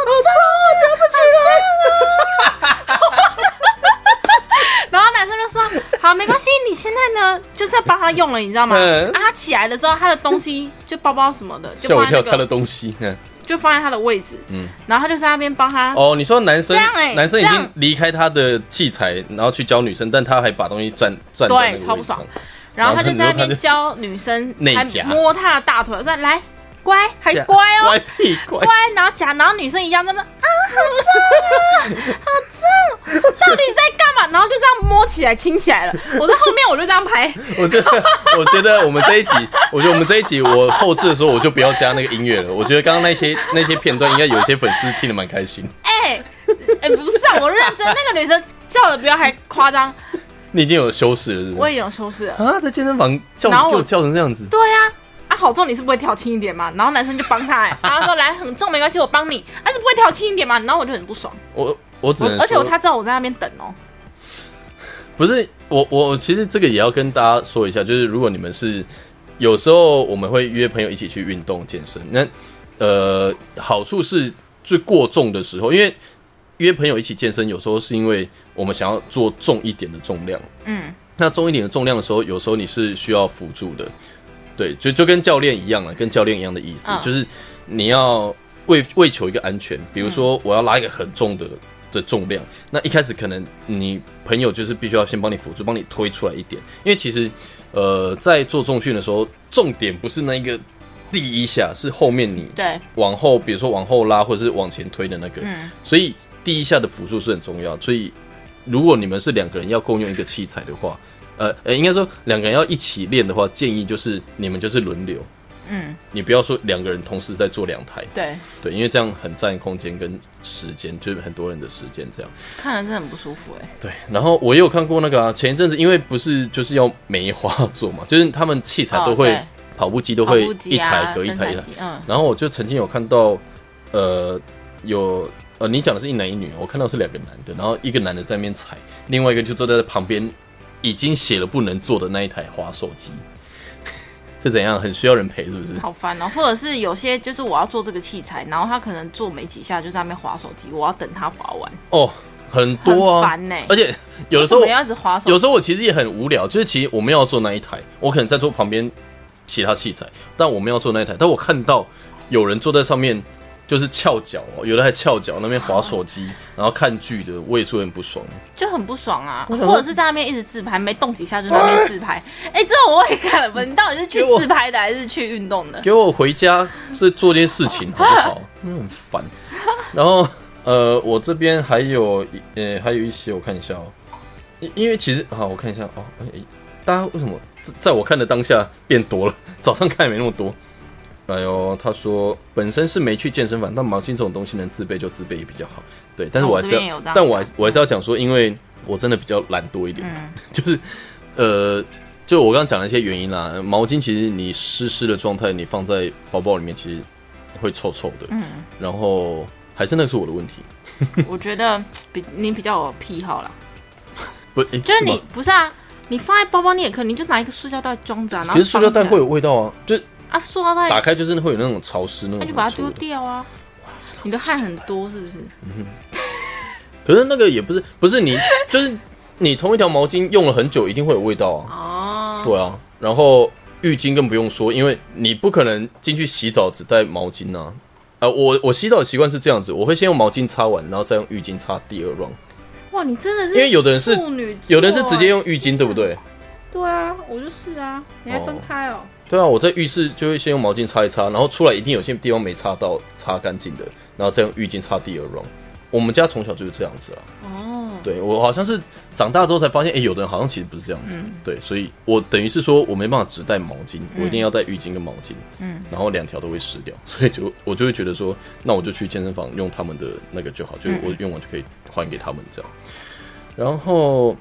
[SPEAKER 1] 啊，教不起来啊。 然后男生就说：“好，没关系，你现在呢，就是要帮他用了，你知道吗？
[SPEAKER 2] 嗯
[SPEAKER 1] 啊，他起来的时候，他的东西就包包什么的，就
[SPEAKER 2] 吓我
[SPEAKER 1] 放
[SPEAKER 2] 一
[SPEAKER 1] 在
[SPEAKER 2] 跳，
[SPEAKER 1] 那
[SPEAKER 2] 他的
[SPEAKER 1] 个，
[SPEAKER 2] 东西，嗯
[SPEAKER 1] 就放在他的位置。
[SPEAKER 2] 嗯
[SPEAKER 1] 然后他就在那边帮他，
[SPEAKER 2] 哦，你说男
[SPEAKER 1] 这
[SPEAKER 2] 生、
[SPEAKER 1] 样欸
[SPEAKER 2] 男生已
[SPEAKER 1] 这
[SPEAKER 2] 经
[SPEAKER 1] 样
[SPEAKER 2] 离开他的器材，然后去教女生，但他还把东西占占在那个
[SPEAKER 1] 对超不
[SPEAKER 2] 位置上
[SPEAKER 1] 爽然后他就在那
[SPEAKER 2] 然后他就
[SPEAKER 1] 边教女生，
[SPEAKER 2] 内
[SPEAKER 1] 还
[SPEAKER 2] 夹
[SPEAKER 1] 摸她的大腿，说来乖，还乖哦，
[SPEAKER 2] 乖屁乖
[SPEAKER 1] 乖，，然后假，然后女生一样在那边啊，好脏啊，好脏，到底在干嘛？然后就这样摸起来、亲起 来了。我在后面我就这样拍，
[SPEAKER 2] 我觉得我觉得我们这 一集，我觉得我们这一集我后置的时候我就不要加那个音乐了。我觉得刚刚那些那些片段，应该有一些粉丝听得蛮开心。
[SPEAKER 1] 哎、哎、不是啊，我认真，那个女生叫的比我还夸张，
[SPEAKER 2] 你已经有修饰了，是不
[SPEAKER 1] 我
[SPEAKER 2] 是？
[SPEAKER 1] 也有修饰了。
[SPEAKER 2] 啊，在健身房叫
[SPEAKER 1] 然后
[SPEAKER 2] 给
[SPEAKER 1] 我
[SPEAKER 2] 我叫成这样子，
[SPEAKER 1] 对呀、啊。好重你是不会跳轻一点嘛？然后男生就帮他、哎，然后说来很重没关系，我帮你，啊但是不会跳轻一点嘛？然后我就很不爽，
[SPEAKER 2] 我我只
[SPEAKER 1] 我
[SPEAKER 2] 能
[SPEAKER 1] 而且
[SPEAKER 2] 说
[SPEAKER 1] 我他知道我在那边等哦、
[SPEAKER 2] 不是我，我其实这个也要跟大家说一下，就是如果你们是有时候我们会约朋友一起去运动健身，那呃好处是最过重的时候，因为约朋友一起健身，有时候是因为我们想要做重一点的重量，
[SPEAKER 1] 嗯，
[SPEAKER 2] 那重一点的重量的时候，有时候你是需要辅助的，对，就就跟教练一样啊，跟教练一样的意思，
[SPEAKER 1] 嗯
[SPEAKER 2] 就是你要为为求一个安全，比如
[SPEAKER 1] 嗯
[SPEAKER 2] 说我要拉一个很重的的重量，那一开始可能你朋友就是必须要先帮你辅助，帮你推出来一点，因为其实呃在做重训的时候，重点不是那一个第一下，是后面你
[SPEAKER 1] 对，
[SPEAKER 2] 往后，比如说往后拉或者是往前推的那个，
[SPEAKER 1] 嗯
[SPEAKER 2] 所以第一下的辅助是很重要。所以如果你们是两个人要共用一个器材的话，呃呃，应该说两个人要一起练的话，建议就是你们就是轮流，
[SPEAKER 1] 嗯，
[SPEAKER 2] 你不要说两个人同时在做两台，
[SPEAKER 1] 对，
[SPEAKER 2] 对，因为这样很占空间跟时间，就是很多人的时间这样。
[SPEAKER 1] 看了真的很不舒服哎、
[SPEAKER 2] 对，然后我也有看过那个啊，前一阵子因为不是就是要梅花做嘛，就是他们器材
[SPEAKER 1] 哦
[SPEAKER 2] 都会、
[SPEAKER 1] 对
[SPEAKER 2] 跑步机都
[SPEAKER 1] 跑
[SPEAKER 2] 会
[SPEAKER 1] 步机
[SPEAKER 2] 一台
[SPEAKER 1] 啊
[SPEAKER 2] 隔一
[SPEAKER 1] 登
[SPEAKER 2] 台一
[SPEAKER 1] 山
[SPEAKER 2] 台
[SPEAKER 1] 机，嗯，
[SPEAKER 2] 然后我就曾经有看到，呃，有呃，你讲的是一男一女，我看到是两个男的，然后一个男的在那边踩，另外一个就坐在旁边，已经写了不能坐的那一台滑手机， 是怎样？很需要人陪是不是？
[SPEAKER 1] 好烦哦、或者是有些就是我要做这个器材，然后他可能做没几下就在那边划手机，我要等他划完，
[SPEAKER 2] 哦，很多
[SPEAKER 1] 很
[SPEAKER 2] 啊，
[SPEAKER 1] 烦呢、欸
[SPEAKER 2] 而且有的时候
[SPEAKER 1] 为什么要一直划手机，
[SPEAKER 2] 有时候我其实也很无聊，就是其实我们要做那一台，我可能在做旁边其他器材，但我们要做那一台，但我看到有人坐在上面就是翘脚哦，有的还翘脚那边划手机，然后看剧的，我也是很不爽。
[SPEAKER 1] 就很不爽啊，
[SPEAKER 2] 想说啊
[SPEAKER 1] 或者是在那边一直自拍，没动几下就在那边自拍， 哎、这种我也看了分，你到底是去
[SPEAKER 2] 给我
[SPEAKER 1] 自拍的还是去运动的？
[SPEAKER 2] 给我回家是做件事情好不好？那很烦。然后呃，我这边还有一呃还有一些，我看一下哦、因因为其实好，我看一下哦、哎大家为什么在在我看的当下变多了？ 早上看也没那么多。哎呦，他说本身是没去健身房，但毛巾这种东西能自备就自备也比较好。对，但是
[SPEAKER 1] 哦
[SPEAKER 2] 我还是
[SPEAKER 1] 我这边也
[SPEAKER 2] 要
[SPEAKER 1] 有这，样
[SPEAKER 2] 但我还
[SPEAKER 1] 讲
[SPEAKER 2] 我还是要讲说，因为我真的比较懒惰一点，
[SPEAKER 1] 嗯，
[SPEAKER 2] 就是呃，就我刚刚讲的一些原因啦，毛巾其实你湿湿的状态，你放在包包里面，其实会臭臭的。
[SPEAKER 1] 嗯，
[SPEAKER 2] 然后还是那是我的问题，
[SPEAKER 1] 我觉得比你比较有癖好啦，
[SPEAKER 2] 不，诶
[SPEAKER 1] 就是你
[SPEAKER 2] 吗
[SPEAKER 1] 不是啊，你放在包包你也可以，你就拿一个塑胶袋装着、啊，然
[SPEAKER 2] 其
[SPEAKER 1] 后
[SPEAKER 2] 实塑胶袋
[SPEAKER 1] 绑
[SPEAKER 2] 会
[SPEAKER 1] 起来
[SPEAKER 2] 有味道啊，就
[SPEAKER 1] 啊，塑胶袋
[SPEAKER 2] 打开就是会有那种潮湿那
[SPEAKER 1] 那
[SPEAKER 2] 种
[SPEAKER 1] 就把它
[SPEAKER 2] 臭
[SPEAKER 1] 丢
[SPEAKER 2] 味道。
[SPEAKER 1] 掉啊，你的汗很多是不是？
[SPEAKER 2] 可是那个也不是不是你，就是你同一条毛巾用了很久，一定会有味道啊。
[SPEAKER 1] 哦，
[SPEAKER 2] 对啊，然后浴巾更不用说，因为你不可能进去洗澡只带毛巾啊。啊，我我洗澡的习惯是这样子，我会先用毛巾擦完，然后再用浴巾擦第二 round。
[SPEAKER 1] 哇，你真的是
[SPEAKER 2] 因为有的人是
[SPEAKER 1] 处女座
[SPEAKER 2] 有的人是直接
[SPEAKER 1] 欸
[SPEAKER 2] 用浴巾，对不对？
[SPEAKER 1] 对啊，我就是啊，你还分
[SPEAKER 2] 哦
[SPEAKER 1] 开哦。
[SPEAKER 2] 对啊，我在浴室就会先用毛巾擦一擦，然后出来一定有些地方没擦到，擦干净的，然后再用浴巾擦第二 round。我们家从小就是这样子啊。
[SPEAKER 1] 哦，
[SPEAKER 2] 对我好像是长大之后才发现，哎、有的人好像其实不是这样子。对，所以我等于是说我没办法只带毛巾，我一定要带浴巾跟毛巾。
[SPEAKER 1] 嗯，
[SPEAKER 2] 然后两条都会湿掉，所以就我就会觉得说，那我就去健身房用他们的那个就好，就是我用完就可以还给他们这样。然后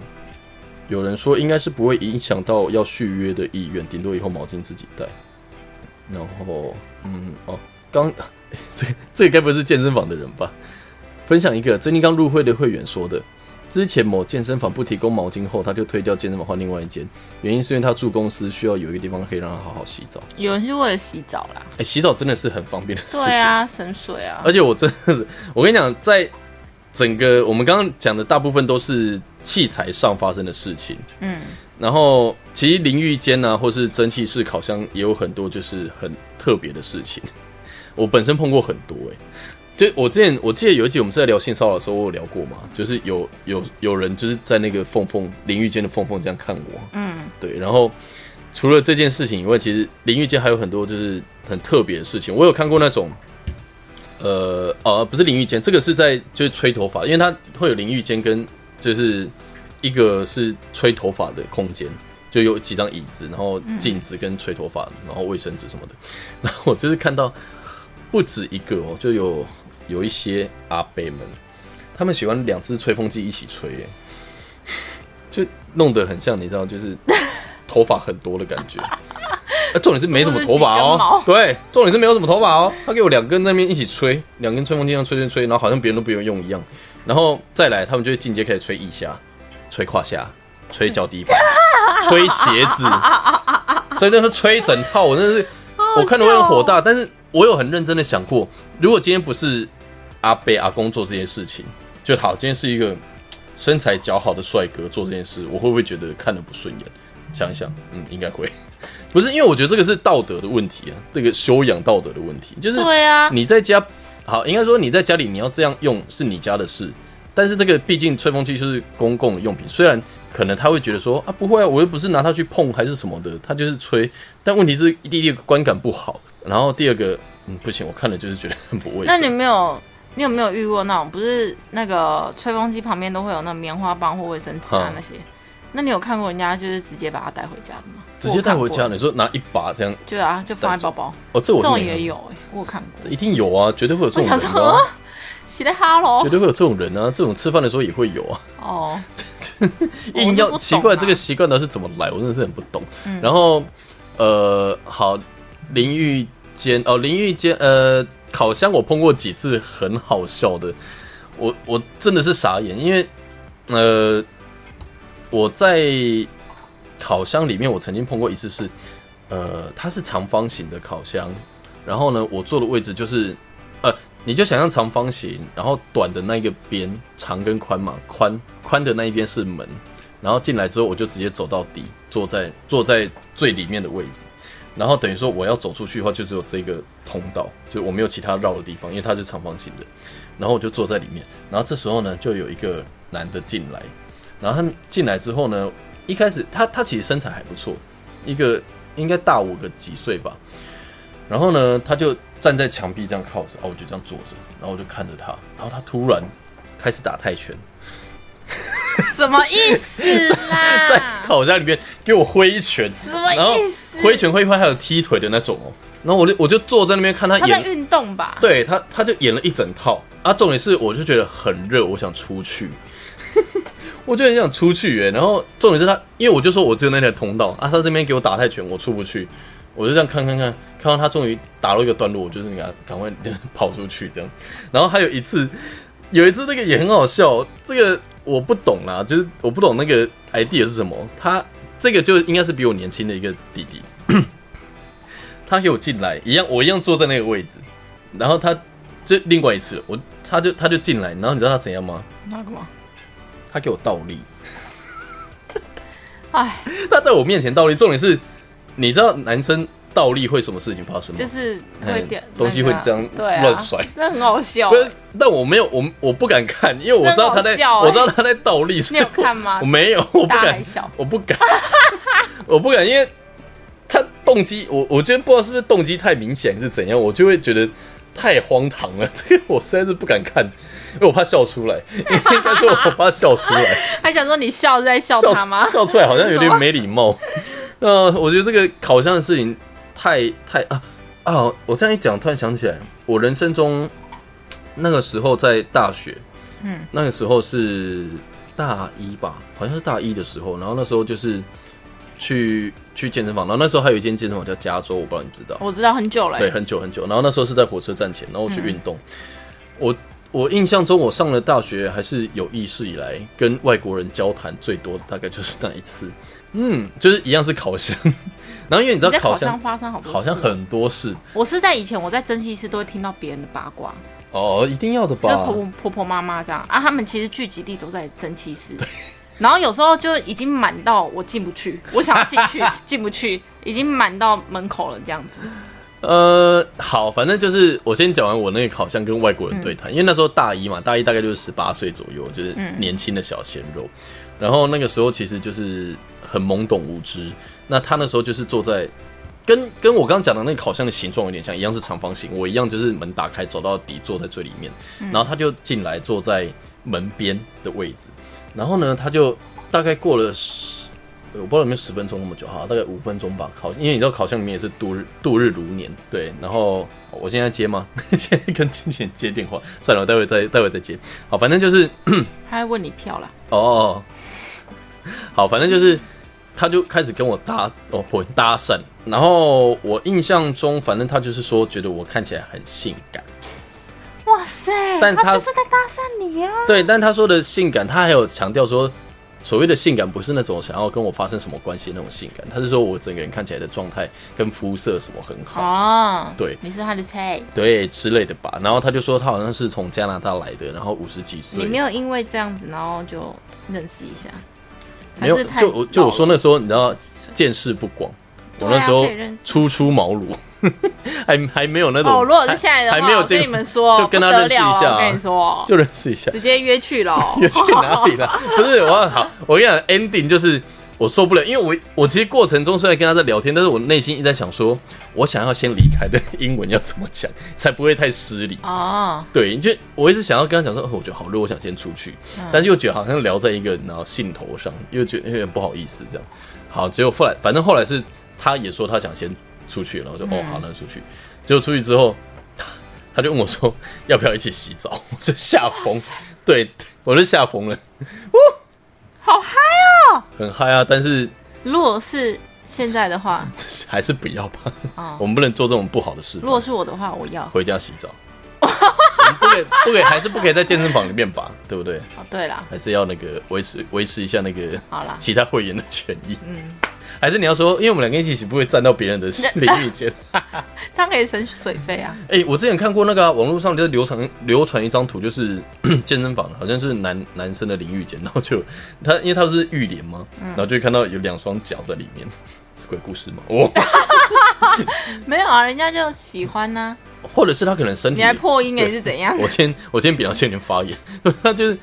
[SPEAKER 2] 有人说应该是不会影响到要续约的意愿，顶多以后毛巾自己带。然后嗯哦，刚 这个这个该不会是健身房的人吧？分享一个最近刚入会的会员说的，之前某健身房不提供毛巾后，他就推掉健身房换另外一间，原因是因为他住公司需要有一个地方可以让他好好洗澡。
[SPEAKER 1] 有人是为了洗澡啦，
[SPEAKER 2] 哎、洗澡真的是很方便的事情。
[SPEAKER 1] 对啊，省水啊，
[SPEAKER 2] 而且我真的是，我跟你讲，在整个我们刚刚讲的大部分都是器材上发生的事情，
[SPEAKER 1] 嗯，
[SPEAKER 2] 然后其实淋浴间啊，或是蒸汽室、烤箱也有很多就是很特别的事情。 我本身碰过很多哎、就我之前我记得有一集我们是在聊性骚扰的时候，我有聊过嘛，就是有有有人就是在那个缝缝淋浴间的缝缝这样看我，
[SPEAKER 1] 嗯，
[SPEAKER 2] 对，然后除了这件事情以外，其实淋浴间还有很多就是很特别的事情。我有看过那种，呃，哦、不是淋浴间，这个是在就是吹头发，因为它会有淋浴间跟就是一个是吹头发的空间，就有几张椅子，然后
[SPEAKER 1] 嗯
[SPEAKER 2] 镜子跟吹头发，然后卫生纸什么的。 然后我就是看到不止一个哦，就有有一些阿伯们，他们喜欢两只吹风机一起吹耶， 就弄得很像你知道，就是头发很多的感 觉。啊、重点是没什么头发
[SPEAKER 1] 是不是几根毛
[SPEAKER 2] 哦，对，重点是没有什么头发哦。他给我两根在那边一起吹，两根吹风机上吹吹吹，然后好像别人都不用用一样。然后再来，他们就会进阶开始吹腋下、吹胯下、吹脚底板、吹鞋子，所以那时候吹一整套，我真的是我看得会很火大，但是我有很认真的想过，如果今天不是阿贝阿公做这件事情，就好，今天是一个身材姣好的帅哥做这件事，我会不会觉得看得不顺眼？想一想，嗯，应该会。不是，因为我觉得这个是道德的问题啊，这个修养道德的问题，就是
[SPEAKER 1] 对啊，
[SPEAKER 2] 你在家，好，应该说你在家里你要这样用是你家的事，但是这个毕竟吹风机就是公共的用品，虽然可能他会觉得说啊不会啊，我又不是拿它去碰还是什么的，他就是吹，但问题是第一个观感不好，然后第二个嗯不行，我看了就是觉得很不卫
[SPEAKER 1] 那你有
[SPEAKER 2] 生。
[SPEAKER 1] 没有，你有没有遇过那种不是那个吹风机旁边都会有那棉花棒或卫生纸啊
[SPEAKER 2] 嗯
[SPEAKER 1] 那些？那你有看过人家就是直接把它带回家的吗？
[SPEAKER 2] 直接带回
[SPEAKER 1] 我有
[SPEAKER 2] 家，
[SPEAKER 1] 看过，
[SPEAKER 2] 你说拿一把这样，
[SPEAKER 1] 对啊，就放在包包，
[SPEAKER 2] 哦，这我
[SPEAKER 1] 这
[SPEAKER 2] 就
[SPEAKER 1] 种
[SPEAKER 2] 没
[SPEAKER 1] 也
[SPEAKER 2] 看
[SPEAKER 1] 有哎，我有看过。
[SPEAKER 2] 过，一定有啊，绝对会有这
[SPEAKER 1] 我
[SPEAKER 2] 种
[SPEAKER 1] 想
[SPEAKER 2] 人
[SPEAKER 1] 说啊，
[SPEAKER 2] 啊，
[SPEAKER 1] 洗的哈喽
[SPEAKER 2] 绝，对会有这种人啊，这种吃饭的时候也会有啊。
[SPEAKER 1] 哦，我
[SPEAKER 2] 硬
[SPEAKER 1] 是
[SPEAKER 2] 要
[SPEAKER 1] 不
[SPEAKER 2] 奇
[SPEAKER 1] 懂
[SPEAKER 2] 怪
[SPEAKER 1] 啊嗯
[SPEAKER 2] 这个习惯到底是怎么来，我真的是很不懂。然后呃，好，淋浴间哦，淋浴间呃，烤箱我碰过几次很好笑的，我我真的是傻眼，因为呃，我在烤箱里面我曾经碰过一次是，呃，它是长方形的烤箱，然后呢，我坐的位置就是呃，你就想象长方形，然后短的那一个边长跟宽嘛，宽宽的那一边是门，然后进来之后我就直接走到底，坐在坐在最里面的位置，然后等于说我要走出去的话，就只有这个通道，就我没有其他绕的地方，因为它是长方形的。然后我就坐在里面，然后这时候呢，就有一个男的进来，然后他进来之后呢，一开始他他其实身材还不错，一个应该大我个几岁吧。然后呢，他就站在墙壁这样靠着，哦，我就这样坐着，然后我就看着他，然后他突然开始打泰拳，
[SPEAKER 1] 什么意思
[SPEAKER 2] 在
[SPEAKER 1] 啦？
[SPEAKER 2] 烤箱里面给我挥一拳，
[SPEAKER 1] 什么
[SPEAKER 2] 然后
[SPEAKER 1] 意思？
[SPEAKER 2] 挥拳挥一挥，还有踢腿的那种哦。然后我就我就坐在那边看他
[SPEAKER 1] 他在
[SPEAKER 2] 演，
[SPEAKER 1] 运动吧？，
[SPEAKER 2] 对他他就演了一整套啊。重点是我就觉得很热，我想出去，我就很想出去耶。然后重点是他，因为我就说我只有那条通道啊，他这边给我打泰拳，我出不去。我就这样看看看，看到他终于打到一个段落，我就是给他赶快 跑出去这样。然后还有一次，有一次那个也很好笑，这个我不懂啦，就是我不懂那个 idea 是什么。他这个就应该是比我年轻的一个弟弟， 他给我进来一样，我一样坐在那个位置，然后他就另外一次，我他就他就进来，然后你知道他怎样吗？
[SPEAKER 1] 那干嘛？
[SPEAKER 2] 他给我倒立，
[SPEAKER 1] 哎，
[SPEAKER 2] 他在我面前倒立，重点是，你知道男生倒立会什么事情发生吗？
[SPEAKER 1] 就是会点
[SPEAKER 2] 嗯东西会这样
[SPEAKER 1] 那个啊
[SPEAKER 2] 乱甩
[SPEAKER 1] 对啊，那很好笑
[SPEAKER 2] 不。是，但我没有，我我不敢看，因为我知道他在，
[SPEAKER 1] 那很好笑欸
[SPEAKER 2] 我知道他在倒立。所
[SPEAKER 1] 你
[SPEAKER 2] 以
[SPEAKER 1] 有看吗
[SPEAKER 2] 我？没有，我不
[SPEAKER 1] 大
[SPEAKER 2] 敢
[SPEAKER 1] 还，小？
[SPEAKER 2] 我不敢， 我不敢，因为他动机，我我觉得不知道是不是动机太明显还是怎样，我就会觉得太荒唐了。这个我实在是不敢看，因为我怕笑出来。 应该说我怕笑出来。
[SPEAKER 1] 还想说你笑是在笑
[SPEAKER 2] 笑
[SPEAKER 1] 哦他吗？
[SPEAKER 2] 笑出来好像有点没礼貌。 那我觉得这个烤箱的事情太太啊啊！我这样一讲，突然想起来，我人生中那个时候在大学，
[SPEAKER 1] 嗯，
[SPEAKER 2] 那个时候是大一吧，好像是大一的时候，然后那时候就是去去健身房，然后那时候还有一间健身房叫加州，我不知道你知道。
[SPEAKER 1] 我知道很久了欸、
[SPEAKER 2] 对，很久很久。然后那时候是在火车站前，然后我去运动。我我印象中，我上了大学还是有意识以来跟外国人交谈最多的，大概就是那一次。嗯，就是一样是烤箱。 然后因为你知道
[SPEAKER 1] 你在
[SPEAKER 2] 烤
[SPEAKER 1] 烤
[SPEAKER 2] 箱
[SPEAKER 1] 箱发生好多事
[SPEAKER 2] 好像，很多事
[SPEAKER 1] 我是在以前我在珍稀室都会听到别人的八卦，
[SPEAKER 2] 哦，一定要的
[SPEAKER 1] 就是
[SPEAKER 2] 吧
[SPEAKER 1] 婆？婆婆婆妈妈这样啊，他们其实聚集地都在蒸汽室，然后有时候就已经满到我进不去，我想要进 去进不去，已经满到门口了这样子。
[SPEAKER 2] 呃，好，反正就是我先讲完我那个烤箱跟外国人对谈，因为那时候大一嘛，大一大概就是十八岁左右，就是年轻的小鲜肉。然后那个时候其实就是很懵懂无知。那他那时候就是坐在跟跟我刚刚讲的那个烤箱的形状有点像，一样是长方形，我一样就是门打开走到底，坐在最里面，然后他就进来坐在门边的位置，然后呢，他就大概过了十，我不知道有没有十分钟那么久哈，大概五分钟吧。烤，因为你知道烤箱里面也是度日度日如年，对。然后我现在接吗？ 现在跟金钱接电话，算了，我待会再待会再接。好，反正就是
[SPEAKER 1] 他还问你票啦，
[SPEAKER 2] 哦， 好，反正就是他就开始跟我搭哦不搭讪，然后我印象中，反正他就是说觉得我看起来很性感，
[SPEAKER 1] 哇塞，
[SPEAKER 2] 但他
[SPEAKER 1] 他就是在搭讪你啊，
[SPEAKER 2] 对，但他说的性感，他还有强调说。所谓的性感不是那种想要跟我发生什么关系的那种性感，他是说我整个人看起来的状态跟肤色什么很好，
[SPEAKER 1] 哦，
[SPEAKER 2] 对
[SPEAKER 1] 你是他的菜，
[SPEAKER 2] 对之类的吧。然后他就说他好像是从加拿大来的，然后五十几岁，
[SPEAKER 1] 你没有因为这样子然后就认识一下，
[SPEAKER 2] 没有
[SPEAKER 1] 还是太
[SPEAKER 2] 就我就我说那时候你知道
[SPEAKER 1] 老了几岁
[SPEAKER 2] 见识不广，
[SPEAKER 1] 对
[SPEAKER 2] 我
[SPEAKER 1] 啊
[SPEAKER 2] 那时候
[SPEAKER 1] 可以认识
[SPEAKER 2] 初出茅庐， 还还没有那种
[SPEAKER 1] 哦，如果
[SPEAKER 2] 还
[SPEAKER 1] 是现在的话，
[SPEAKER 2] 还没有
[SPEAKER 1] 我跟
[SPEAKER 2] 见
[SPEAKER 1] 你们说，
[SPEAKER 2] 就跟他
[SPEAKER 1] 不得
[SPEAKER 2] 认识一下啊
[SPEAKER 1] 了我跟你说，
[SPEAKER 2] 就认识 一下，
[SPEAKER 1] 直接约去了
[SPEAKER 2] 。约去哪里了？不是我要好，我跟你讲 ending 就是我受不了，因为我我其实过程中虽然跟他在聊天，但是我内心一直在想说，我想要先离开的英文要怎么讲才不会太失礼。
[SPEAKER 1] 哦，
[SPEAKER 2] 对，就我一直想要跟他讲说，哦，我觉得好热，我想先出去，
[SPEAKER 1] 嗯
[SPEAKER 2] 但是又觉得好像聊在一个然后兴头上，又觉得有点不好意思这样。好，结果后来反正后来是他也说他想先出去，然后我就
[SPEAKER 1] 嗯
[SPEAKER 2] 哦好，那就出去。结果出去之后，他他就问我说要不要一起洗澡， 我就吓疯，对我就吓疯了，
[SPEAKER 1] 哦好嗨！哦
[SPEAKER 2] 很嗨啊，但是
[SPEAKER 1] 如果是现在的话，
[SPEAKER 2] 还是不要吧，我
[SPEAKER 1] 哦，
[SPEAKER 2] 们不能做这种不好的事吧。
[SPEAKER 1] 如果是我的话，我要。
[SPEAKER 2] 回家洗澡， 我们不可以不可以还是不可以在健身房里面吧，对不对？
[SPEAKER 1] 哦，对啦，
[SPEAKER 2] 还是要那个维持维持一下那个
[SPEAKER 1] 好 啦，
[SPEAKER 2] 其他会员的权益。
[SPEAKER 1] 啊嗯，
[SPEAKER 2] 还是你要说，因为我们两个一起洗，不会占到别人的领域间。
[SPEAKER 1] 这样可以省水费啊。
[SPEAKER 2] 哎、我之前看过那个啊、网络上就流传流传一张图，就是 健身房好像是男男生的淋浴间，然后就他因为
[SPEAKER 1] 嗯
[SPEAKER 2] 他不是浴帘嘛，然后就会看到有两双脚在里面，是鬼故事嘛？哦，
[SPEAKER 1] 没有啊，人家就喜欢呢、
[SPEAKER 2] 或者是他可能身体
[SPEAKER 1] 你还破音哎
[SPEAKER 2] 对
[SPEAKER 1] 是怎样？
[SPEAKER 2] 我今天我今天比较有点发炎， 他就是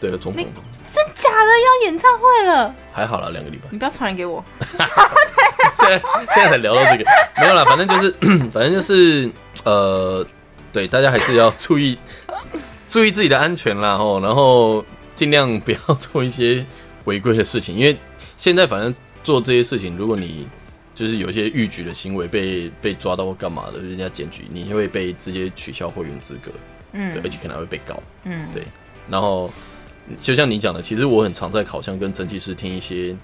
[SPEAKER 2] 对总统
[SPEAKER 1] 真假的要演唱会了？
[SPEAKER 2] 还好啦，两个礼拜。
[SPEAKER 1] 你不要传染给我。
[SPEAKER 2] 现在现在才聊到这个，没有啦，反正就是 反正就是呃，对，大家还是要注意 注意自己的安全啦哦，然后尽量不要做一些违规的事情，因为现在反正做这些事情，如果你就是有一些逾矩的行为被被抓到或干嘛的，人家检举，你会被直接取消会员资格，对，
[SPEAKER 1] 嗯
[SPEAKER 2] 而且可能还会被告。
[SPEAKER 1] 嗯，
[SPEAKER 2] 对然后就像你讲的，其实我很常在烤箱跟蒸汽室听一些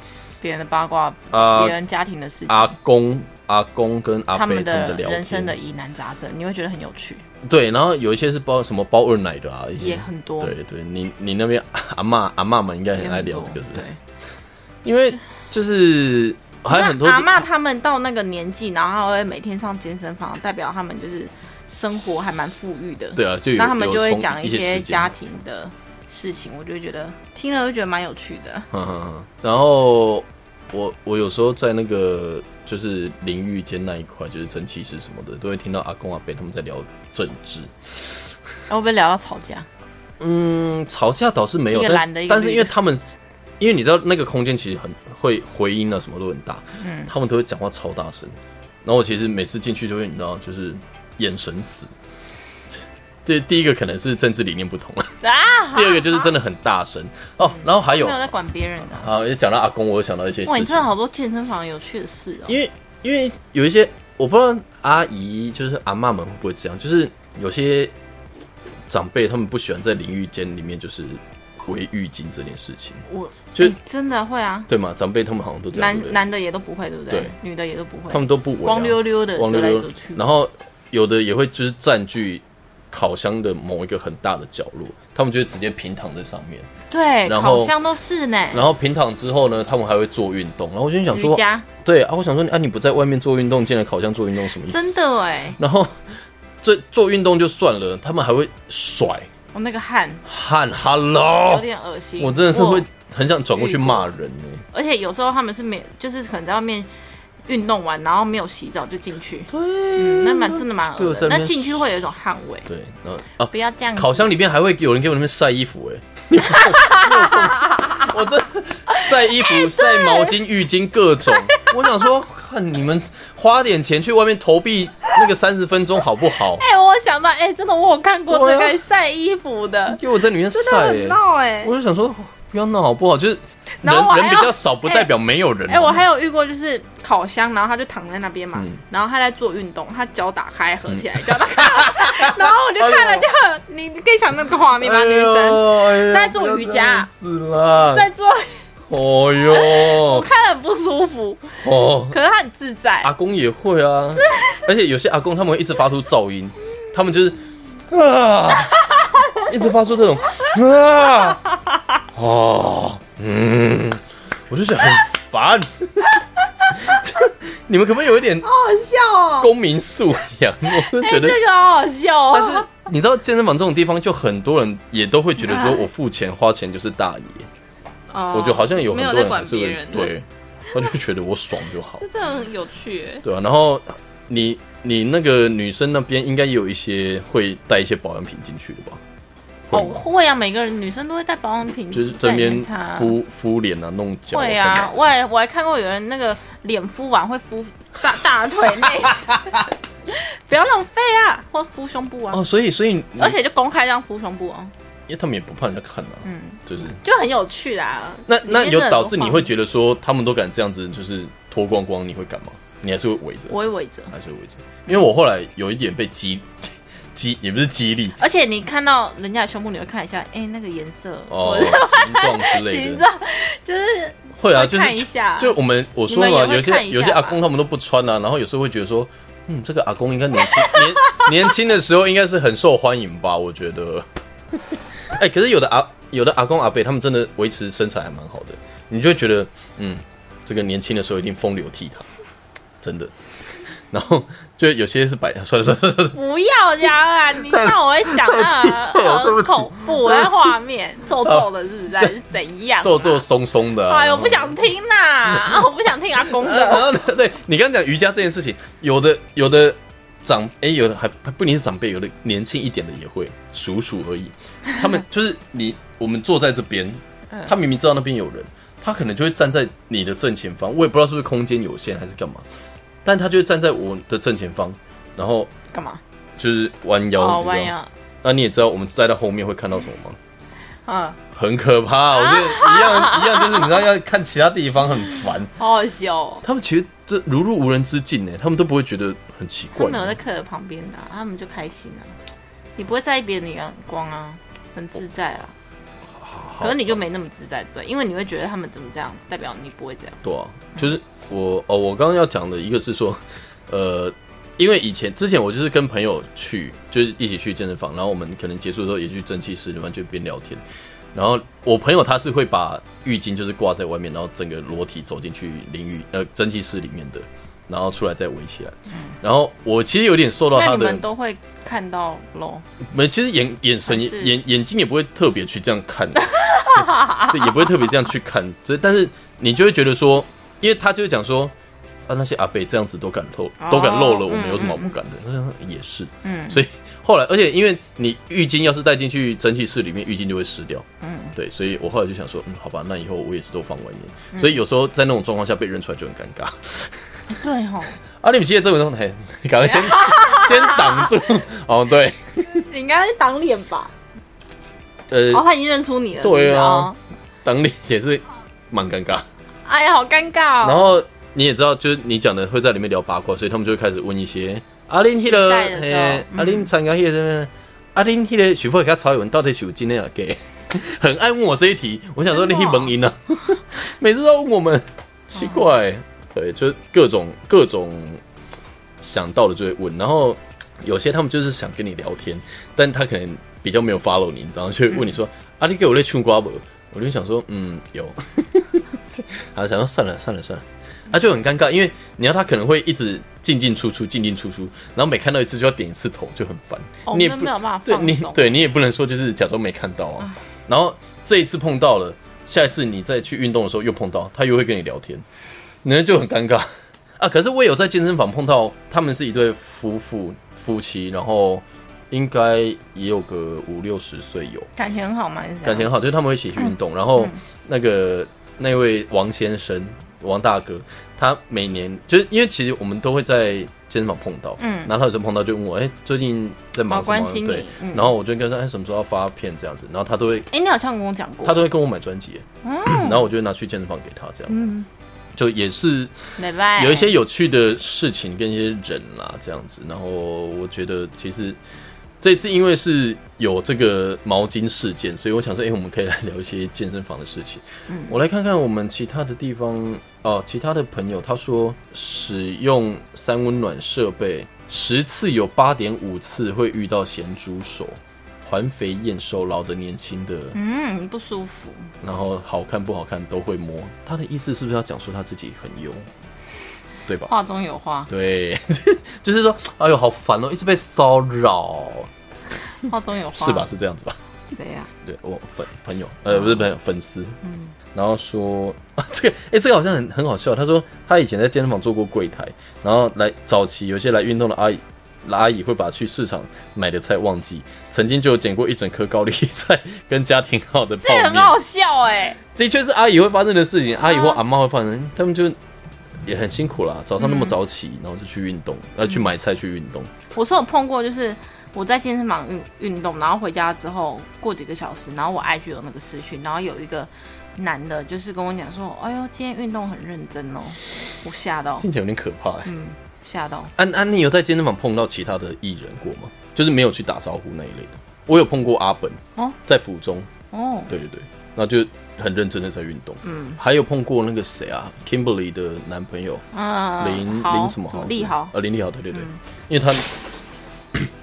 [SPEAKER 1] 别人的八卦，
[SPEAKER 2] 啊、
[SPEAKER 1] 别人家庭的事情，
[SPEAKER 2] 阿公、阿公跟阿
[SPEAKER 1] 他
[SPEAKER 2] 伯
[SPEAKER 1] 们
[SPEAKER 2] 他们
[SPEAKER 1] 的
[SPEAKER 2] 聊
[SPEAKER 1] 人
[SPEAKER 2] 天
[SPEAKER 1] 生的疑难杂症，你会觉得很有趣，
[SPEAKER 2] 对，然后有一些是包什么包二奶的啊，一些
[SPEAKER 1] 也很多，
[SPEAKER 2] 对对，你你那边阿嬷阿嬷们应该
[SPEAKER 1] 也
[SPEAKER 2] 很
[SPEAKER 1] 很
[SPEAKER 2] 爱聊
[SPEAKER 1] 多
[SPEAKER 2] 这个，是不是？
[SPEAKER 1] 对。
[SPEAKER 2] 因为就是还有很多
[SPEAKER 1] 那阿嬷他们到那个年纪，然后还会每天上健身房，代表他们就是生活还蛮富裕的。，
[SPEAKER 2] 对啊，就有
[SPEAKER 1] 那他们就会
[SPEAKER 2] 有从
[SPEAKER 1] 讲
[SPEAKER 2] 一
[SPEAKER 1] 些
[SPEAKER 2] 时间
[SPEAKER 1] 家庭的事情，我就会觉得听了就觉得蛮有趣的。
[SPEAKER 2] 嗯嗯嗯，然后我我有时候在那个就是淋浴间那一块，就是蒸汽室什么的，都会听到阿公阿伯他们在聊政治。
[SPEAKER 1] 然后被聊到吵架，
[SPEAKER 2] 嗯，吵架倒是没有，
[SPEAKER 1] 一个蓝
[SPEAKER 2] 但
[SPEAKER 1] 的一个
[SPEAKER 2] 但是
[SPEAKER 1] 绿
[SPEAKER 2] 因为
[SPEAKER 1] 的
[SPEAKER 2] 他们，因为你知道那个空间其实很会回音啊，什么都很大，
[SPEAKER 1] 嗯
[SPEAKER 2] 他们都会讲话超大声。然后我其实每次进去就会，你知道，就是眼神死。 这第一个可能是政治理念不同
[SPEAKER 1] 啊，
[SPEAKER 2] 第二个就是真的很大声哦。然后还有
[SPEAKER 1] 没有在管别人的。
[SPEAKER 2] 啊，也讲到阿公，我有想到一些
[SPEAKER 1] 哇，
[SPEAKER 2] 事
[SPEAKER 1] 你
[SPEAKER 2] 情
[SPEAKER 1] 真的，好多健身房有趣的事哦。
[SPEAKER 2] 因为因为有一些我不知道阿姨就是阿嬷们会不会这样，就是有些长辈他们不喜欢在淋浴间里面就是围浴巾这件事情。
[SPEAKER 1] 我
[SPEAKER 2] 就
[SPEAKER 1] 诶真的会啊，
[SPEAKER 2] 对嘛？长辈他们好像都这样，对不
[SPEAKER 1] 男
[SPEAKER 2] 对
[SPEAKER 1] 男的也都不会，对不对
[SPEAKER 2] 对？
[SPEAKER 1] 女的也都不会，
[SPEAKER 2] 他们都不围、啊，
[SPEAKER 1] 光溜溜的
[SPEAKER 2] 光
[SPEAKER 1] 走
[SPEAKER 2] 溜
[SPEAKER 1] 来
[SPEAKER 2] 溜
[SPEAKER 1] 走去。
[SPEAKER 2] 然后有的也会就是占据烤箱的某一个很大的角落，他们就会直接平躺在上面。
[SPEAKER 1] 哎对，
[SPEAKER 2] 然后
[SPEAKER 1] 烤箱都是呢。
[SPEAKER 2] 然后平躺之后呢，他们还会做运动。然后我就想
[SPEAKER 1] 瑜
[SPEAKER 2] 说，
[SPEAKER 1] 伽
[SPEAKER 2] 对啊，我想说，啊，你不在外面做运动，进来烤箱做运动什么意思？
[SPEAKER 1] 真。的哎，
[SPEAKER 2] 然后 这做运动就算了，他们还会甩
[SPEAKER 1] 我那个汗
[SPEAKER 2] 汗
[SPEAKER 1] 有
[SPEAKER 2] ，hello，
[SPEAKER 1] 点恶心。
[SPEAKER 2] 哦我真的是会
[SPEAKER 1] 我，
[SPEAKER 2] 很想转过去
[SPEAKER 1] 遇过
[SPEAKER 2] 骂人呢、
[SPEAKER 1] 而且有时候他们是没，就是可能在外面运动完，然后没有洗澡就进去，
[SPEAKER 2] 对
[SPEAKER 1] 嗯，那蛮真的蛮
[SPEAKER 2] 被我
[SPEAKER 1] 恶
[SPEAKER 2] 在
[SPEAKER 1] 的。
[SPEAKER 2] 那边
[SPEAKER 1] 那进去会有一种汗味，
[SPEAKER 2] 对，然后啊，
[SPEAKER 1] 不要这样子。
[SPEAKER 2] 烤箱里面还会有人给我那边晒衣服、哎， 我这晒衣
[SPEAKER 1] 哎
[SPEAKER 2] 服、晒毛巾、浴巾各 种。我想说，看你们花点钱去外面投币那个三十分钟好不好？
[SPEAKER 1] 哎，我想到，哎，真的我有看过
[SPEAKER 2] 对
[SPEAKER 1] 这
[SPEAKER 2] 啊
[SPEAKER 1] 个晒衣服的，
[SPEAKER 2] 给我在里面
[SPEAKER 1] 真的
[SPEAKER 2] 晒、
[SPEAKER 1] 很
[SPEAKER 2] 哎，
[SPEAKER 1] 闹哎。
[SPEAKER 2] 我就想说，不要闹好不好？就是
[SPEAKER 1] 然
[SPEAKER 2] 人
[SPEAKER 1] 后我还
[SPEAKER 2] 人比
[SPEAKER 1] 要
[SPEAKER 2] 较少，不
[SPEAKER 1] 哎
[SPEAKER 2] 代表没有人。
[SPEAKER 1] 哎、我还有遇过，就是烤箱，然后他就躺在那边嘛，
[SPEAKER 2] 嗯
[SPEAKER 1] 然后他在做运动，他脚打开合起来，脚、打开，然后我就 看了就，你你可以想那个画面吗？
[SPEAKER 2] 哎
[SPEAKER 1] 女
[SPEAKER 2] 呦
[SPEAKER 1] 生
[SPEAKER 2] 哎呦
[SPEAKER 1] 在做瑜伽
[SPEAKER 2] 不要这样子啦，
[SPEAKER 1] 在做，
[SPEAKER 2] 哦
[SPEAKER 1] 我
[SPEAKER 2] 哟，
[SPEAKER 1] 看了很不舒服，
[SPEAKER 2] 哦，
[SPEAKER 1] 可是他很自在，
[SPEAKER 2] 阿公也会啊，而且有些阿公他们会一直发出噪音，他们就是啊，一直发出这种啊，哦，嗯，我就觉得很烦。你们可不可以有一点
[SPEAKER 1] 好好笑哦、
[SPEAKER 2] 公民素养？我就
[SPEAKER 1] 哎、
[SPEAKER 2] 觉得，
[SPEAKER 1] 这个好好笑
[SPEAKER 2] 但
[SPEAKER 1] 哦、
[SPEAKER 2] 是你知道健身房这种地方，就很多人也都会觉得
[SPEAKER 1] 啊
[SPEAKER 2] 说，我付钱花钱就是大爷。
[SPEAKER 1] 哦
[SPEAKER 2] 我觉得好像有很
[SPEAKER 1] 没有
[SPEAKER 2] 多
[SPEAKER 1] 在
[SPEAKER 2] 人还
[SPEAKER 1] 管
[SPEAKER 2] 是
[SPEAKER 1] 别
[SPEAKER 2] 会
[SPEAKER 1] 人，，
[SPEAKER 2] 对，他就觉得我爽就好。
[SPEAKER 1] 这很有趣、哎
[SPEAKER 2] 对啊，然后你你那个女生那边应该也有一些会带一些保养品进去的吧？
[SPEAKER 1] 哦，
[SPEAKER 2] 吗
[SPEAKER 1] 会啊，每个人女生都会带保养品，
[SPEAKER 2] 就是这边
[SPEAKER 1] 带奶茶
[SPEAKER 2] 敷敷脸啊，弄脚。
[SPEAKER 1] 会啊，，我还我还看过有人那个脸敷完会敷大大腿 内侧，不要浪费啊，或敷胸部啊，
[SPEAKER 2] 哦，所以所以你，
[SPEAKER 1] 而且就公开这样敷胸部哦，
[SPEAKER 2] 因为他们也不怕人家看啊，
[SPEAKER 1] 嗯，
[SPEAKER 2] 就是
[SPEAKER 1] 就很有趣啦。
[SPEAKER 2] 那那
[SPEAKER 1] 里面
[SPEAKER 2] 有
[SPEAKER 1] 真的
[SPEAKER 2] 导
[SPEAKER 1] 很
[SPEAKER 2] 致
[SPEAKER 1] 多
[SPEAKER 2] 你
[SPEAKER 1] 画
[SPEAKER 2] 会觉得说他们都敢这样子，就是脱光光，你会干嘛？你还是会围着
[SPEAKER 1] 面，我会围着，
[SPEAKER 2] 还是会围着？因为我后来有一点被激激，也不是激励
[SPEAKER 1] 而且你看到人家的胸部，你会看一下，哎，那个颜色，或
[SPEAKER 2] 哦，
[SPEAKER 1] 者
[SPEAKER 2] 形状之类的。
[SPEAKER 1] 形状，就是
[SPEAKER 2] 会啊，
[SPEAKER 1] 会
[SPEAKER 2] 就是
[SPEAKER 1] 看一下
[SPEAKER 2] 就我们我说
[SPEAKER 1] 你
[SPEAKER 2] 嘛，
[SPEAKER 1] 们也会
[SPEAKER 2] 有些
[SPEAKER 1] 看一下
[SPEAKER 2] 有
[SPEAKER 1] 吧
[SPEAKER 2] 些阿公他们都不穿啊，然后有时候会觉得说，嗯，这个阿公应该年轻 年年轻的时候应该是很受欢迎吧，我觉得。 哎、可是有的阿有的阿公阿伯他们真的维持身材还蛮好的，你就会觉得，嗯，这个年轻的时候一定风流倜傥，真的。 然后就有些是白， 算了算了算了算了，
[SPEAKER 1] 不要加啊！你
[SPEAKER 2] 太
[SPEAKER 1] 让我会想到
[SPEAKER 2] 太激动了对不
[SPEAKER 1] 很
[SPEAKER 2] 起
[SPEAKER 1] 恐怖那画面，皱皱的是不是还是怎样啊？
[SPEAKER 2] 皱皱松松的、啊。
[SPEAKER 1] 哎呦，我不想听呐！ 啊，我不想听阿公
[SPEAKER 2] 呃。然
[SPEAKER 1] 的。
[SPEAKER 2] 后呢，对你刚刚讲瑜伽这件事情，有的有的长哎、有的还还不一定是长辈，有的年轻一点的也会数数而已。他们就是你，我们坐在这边，
[SPEAKER 1] 嗯
[SPEAKER 2] 他明明知道那边有人，他可能就会站在你的正前方。我也不知道是不是空间有限还是干嘛，但他就会站在我的正前方，然后
[SPEAKER 1] 干嘛？
[SPEAKER 2] 就是弯腰。
[SPEAKER 1] 哦，
[SPEAKER 2] 你知道吗
[SPEAKER 1] 弯。腰。
[SPEAKER 2] 那你也知道我们站到后面会看到什么吗？
[SPEAKER 1] 嗯，
[SPEAKER 2] 很可怕，我觉得一样一样，就是你知道要看其他地方很烦。
[SPEAKER 1] 好好笑哦。
[SPEAKER 2] 他们其实这如入无人之境呢，他们都不会觉得很奇
[SPEAKER 1] 他
[SPEAKER 2] 怪。
[SPEAKER 1] 们有在客人旁边的啊，他们就开心啊，你不会在意别人的眼光啊，很自在啊。可是你就没那么自在，对，因为你会觉得他们怎么这样，代表你不会这样。
[SPEAKER 2] 对啊，就是我哦，我刚刚要讲的一个是说，呃，因为以前之前我就是跟朋友去，就是一起去健身房，然后我们可能结束之后也去蒸汽室里面就边聊天。然后我朋友他是会把浴巾就是挂在外面，然后整个裸体走进去淋浴呃蒸汽室里面的，然后出来再围起来。然后我其实有点受到
[SPEAKER 1] 嗯那
[SPEAKER 2] 哦他
[SPEAKER 1] 你
[SPEAKER 2] 的
[SPEAKER 1] 们都会看到喽，
[SPEAKER 2] 没，其实眼眼神
[SPEAKER 1] 还是
[SPEAKER 2] 眼眼睛也不会特别去这样看， 对，对也不会特别这样去看，所以但是你就会觉得说，因为他就会讲说，啊那些阿伯这样子都敢透，都敢露了，
[SPEAKER 1] 哦
[SPEAKER 2] 我们有什么好不敢的？那、也是，
[SPEAKER 1] 嗯
[SPEAKER 2] 所以后来，而且因为你浴巾要是带进去蒸汽室里面，浴巾就会湿掉，
[SPEAKER 1] 嗯，
[SPEAKER 2] 对，所以我后来就想说，嗯，好吧，那以后我也是都放外
[SPEAKER 1] 嗯
[SPEAKER 2] 面，所以有时候在那种状况下被认出来就很尴尬。
[SPEAKER 1] 对吼，
[SPEAKER 2] 啊，你们现在这种状态，赶 快先先挡住，哦，对，
[SPEAKER 1] 你应该是挡脸吧？
[SPEAKER 2] 呃，
[SPEAKER 1] 哦，他已经认出你了，是
[SPEAKER 2] 对啊
[SPEAKER 1] 不是哦
[SPEAKER 2] 当你也是蛮尴尬。
[SPEAKER 1] 哎呀，好尴尬哦。
[SPEAKER 2] 然后你也知道，就是你讲的会在里面聊八卦，所以他们就会开始问一些阿林迄个，
[SPEAKER 1] 比赛的时候
[SPEAKER 2] 嘿
[SPEAKER 1] 嗯
[SPEAKER 2] 阿林参加迄个什么，阿林啊迄个许富他曹伟文到底是有今天啊给， 很爱问我这一题。我想说你
[SPEAKER 1] 真
[SPEAKER 2] 去
[SPEAKER 1] 的哦
[SPEAKER 2] 蒙赢了，每次都问我们，奇怪，对，就是各种各种想到的就会问，然后有些他们就是想跟你聊天，但他可能比较没有 follow 你，然后就会问你说：“啊，你给我在唱歌不？”我就想说：“嗯，有。”然后想说算了算了算了，他、就很尴尬，因为你要他可能会一直进进出出进进出出，然后每看到一次就要点一次头，就很烦。
[SPEAKER 1] 哦
[SPEAKER 2] 你也
[SPEAKER 1] 那
[SPEAKER 2] 不
[SPEAKER 1] 没有办法
[SPEAKER 2] 对
[SPEAKER 1] 放
[SPEAKER 2] 你
[SPEAKER 1] 松，
[SPEAKER 2] 对你也不能说就是假装没看到啊。然后这一次碰到了，下一次你再去运动的时候又碰到，他又会跟你聊天，那就很尴尬啊。可是我有在健身房碰到，他们是一对夫妇夫妻，然后应该也有个五六十岁有，
[SPEAKER 1] 感情很好嘛，还是怎样
[SPEAKER 2] 感情很好，就是他们会一起去运动。然后
[SPEAKER 1] 嗯
[SPEAKER 2] 那个那位王先生，王大哥，他每年就是因为其实我们都会在健身房碰到，
[SPEAKER 1] 嗯
[SPEAKER 2] 然后他有时候碰到就问我，哎、最近在
[SPEAKER 1] 好
[SPEAKER 2] 忙什么？
[SPEAKER 1] 关心你
[SPEAKER 2] 对，
[SPEAKER 1] 嗯
[SPEAKER 2] 然后我就跟他说，哎、什么时候要发片这样子，然后他都会
[SPEAKER 1] 哎，你好像跟我讲过，
[SPEAKER 2] 他都会跟我买专辑，然后我就会拿去健身房给他，这样
[SPEAKER 1] 嗯，
[SPEAKER 2] 就也是
[SPEAKER 1] 没办
[SPEAKER 2] 有一些有趣的事情跟一些人啦，这样子。然后我觉得其实这次因为是有这个毛巾事件，所以我想说，哎、我们可以来聊一些健身房的事情。嗯，我来看看我们其他的地方哦、其他的朋友他说使用三温暖设备十次有八点五次会遇到咸猪手。环肥燕瘦，老的年轻的，
[SPEAKER 1] 嗯不舒服，
[SPEAKER 2] 然后好看不好看都会摸。他的意思是不是要讲说他自己很油，对吧？
[SPEAKER 1] 话中有话，
[SPEAKER 2] 对， 就是说，哎呦，好烦哦，一直被骚扰，
[SPEAKER 1] 话中有话
[SPEAKER 2] 是吧？？是这样子吧？
[SPEAKER 1] 谁啊呀？
[SPEAKER 2] 对我粉朋友，呃，不是朋友，粉丝，嗯，然后说 啊，这个，哎、这个好像很很好笑。他说他以前在健身房做过柜台，然后来早期有些来运动的阿姨。阿姨会把去市场买的菜忘记，曾经就有捡过一整颗高丽菜跟家庭号的泡
[SPEAKER 1] 这很
[SPEAKER 2] 面
[SPEAKER 1] 好，笑哎，
[SPEAKER 2] 的确是阿姨会发生的事情，阿姨或阿妈会发生，他们就也很辛苦啦，早上那么早起，然后就去运动，呃，去买菜去运动，
[SPEAKER 1] 我是有碰过，就是我在健身房运运动，然后回家之后过几个小时，然后我 IG 有那个私讯，然后有一个男的，就是跟我讲说，哎呦，今天运动很认真哦，我吓到，
[SPEAKER 2] 听起来有点可怕、欸。
[SPEAKER 1] 嗯，吓到，
[SPEAKER 2] 安安妮有在健身房碰到其他的艺人过吗？就是没有去打招呼那一类的。我有碰过阿本，
[SPEAKER 1] 哦
[SPEAKER 2] 在府中，
[SPEAKER 1] 哦，
[SPEAKER 2] 对对对，那就很认真的在运动。
[SPEAKER 1] 嗯
[SPEAKER 2] 还有碰过那个谁啊，Kimberly 的男朋友
[SPEAKER 1] 嗯，
[SPEAKER 2] 林
[SPEAKER 1] 好
[SPEAKER 2] 林什么豪，
[SPEAKER 1] 利豪，
[SPEAKER 2] 呃林立豪，对对对，因为 他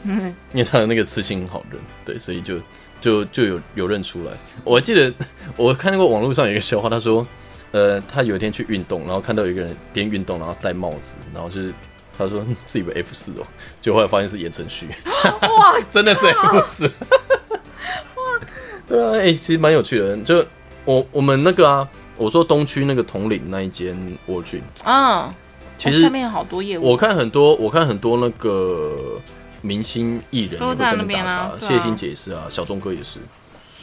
[SPEAKER 1] 嗯，
[SPEAKER 2] 因为他的那个刺青很好认，对，所以就就就有有认出来。我还记得 我看过网络上有一个笑话，他说，呃，他有一天去运动，然后看到有一个人边运动然后戴帽子，然后就是他说 嗯自以为 F 四哦，结果后来发现是言承旭，
[SPEAKER 1] 哇，
[SPEAKER 2] 真的是 F 四。 对啊，哎、其实蛮有趣的。就我我们那个啊，我说东区那个统领那一间沃郡，
[SPEAKER 1] 嗯，
[SPEAKER 2] 啊其
[SPEAKER 1] 哦
[SPEAKER 2] 实
[SPEAKER 1] 下面有好多业务，
[SPEAKER 2] 我看很多，我看很多那个明星艺人也
[SPEAKER 1] 都
[SPEAKER 2] 会
[SPEAKER 1] 在
[SPEAKER 2] 在
[SPEAKER 1] 那
[SPEAKER 2] 那
[SPEAKER 1] 边
[SPEAKER 2] 边打
[SPEAKER 1] 啊
[SPEAKER 2] 卡，
[SPEAKER 1] 对啊
[SPEAKER 2] 谢欣姐也是啊，小钟哥也是，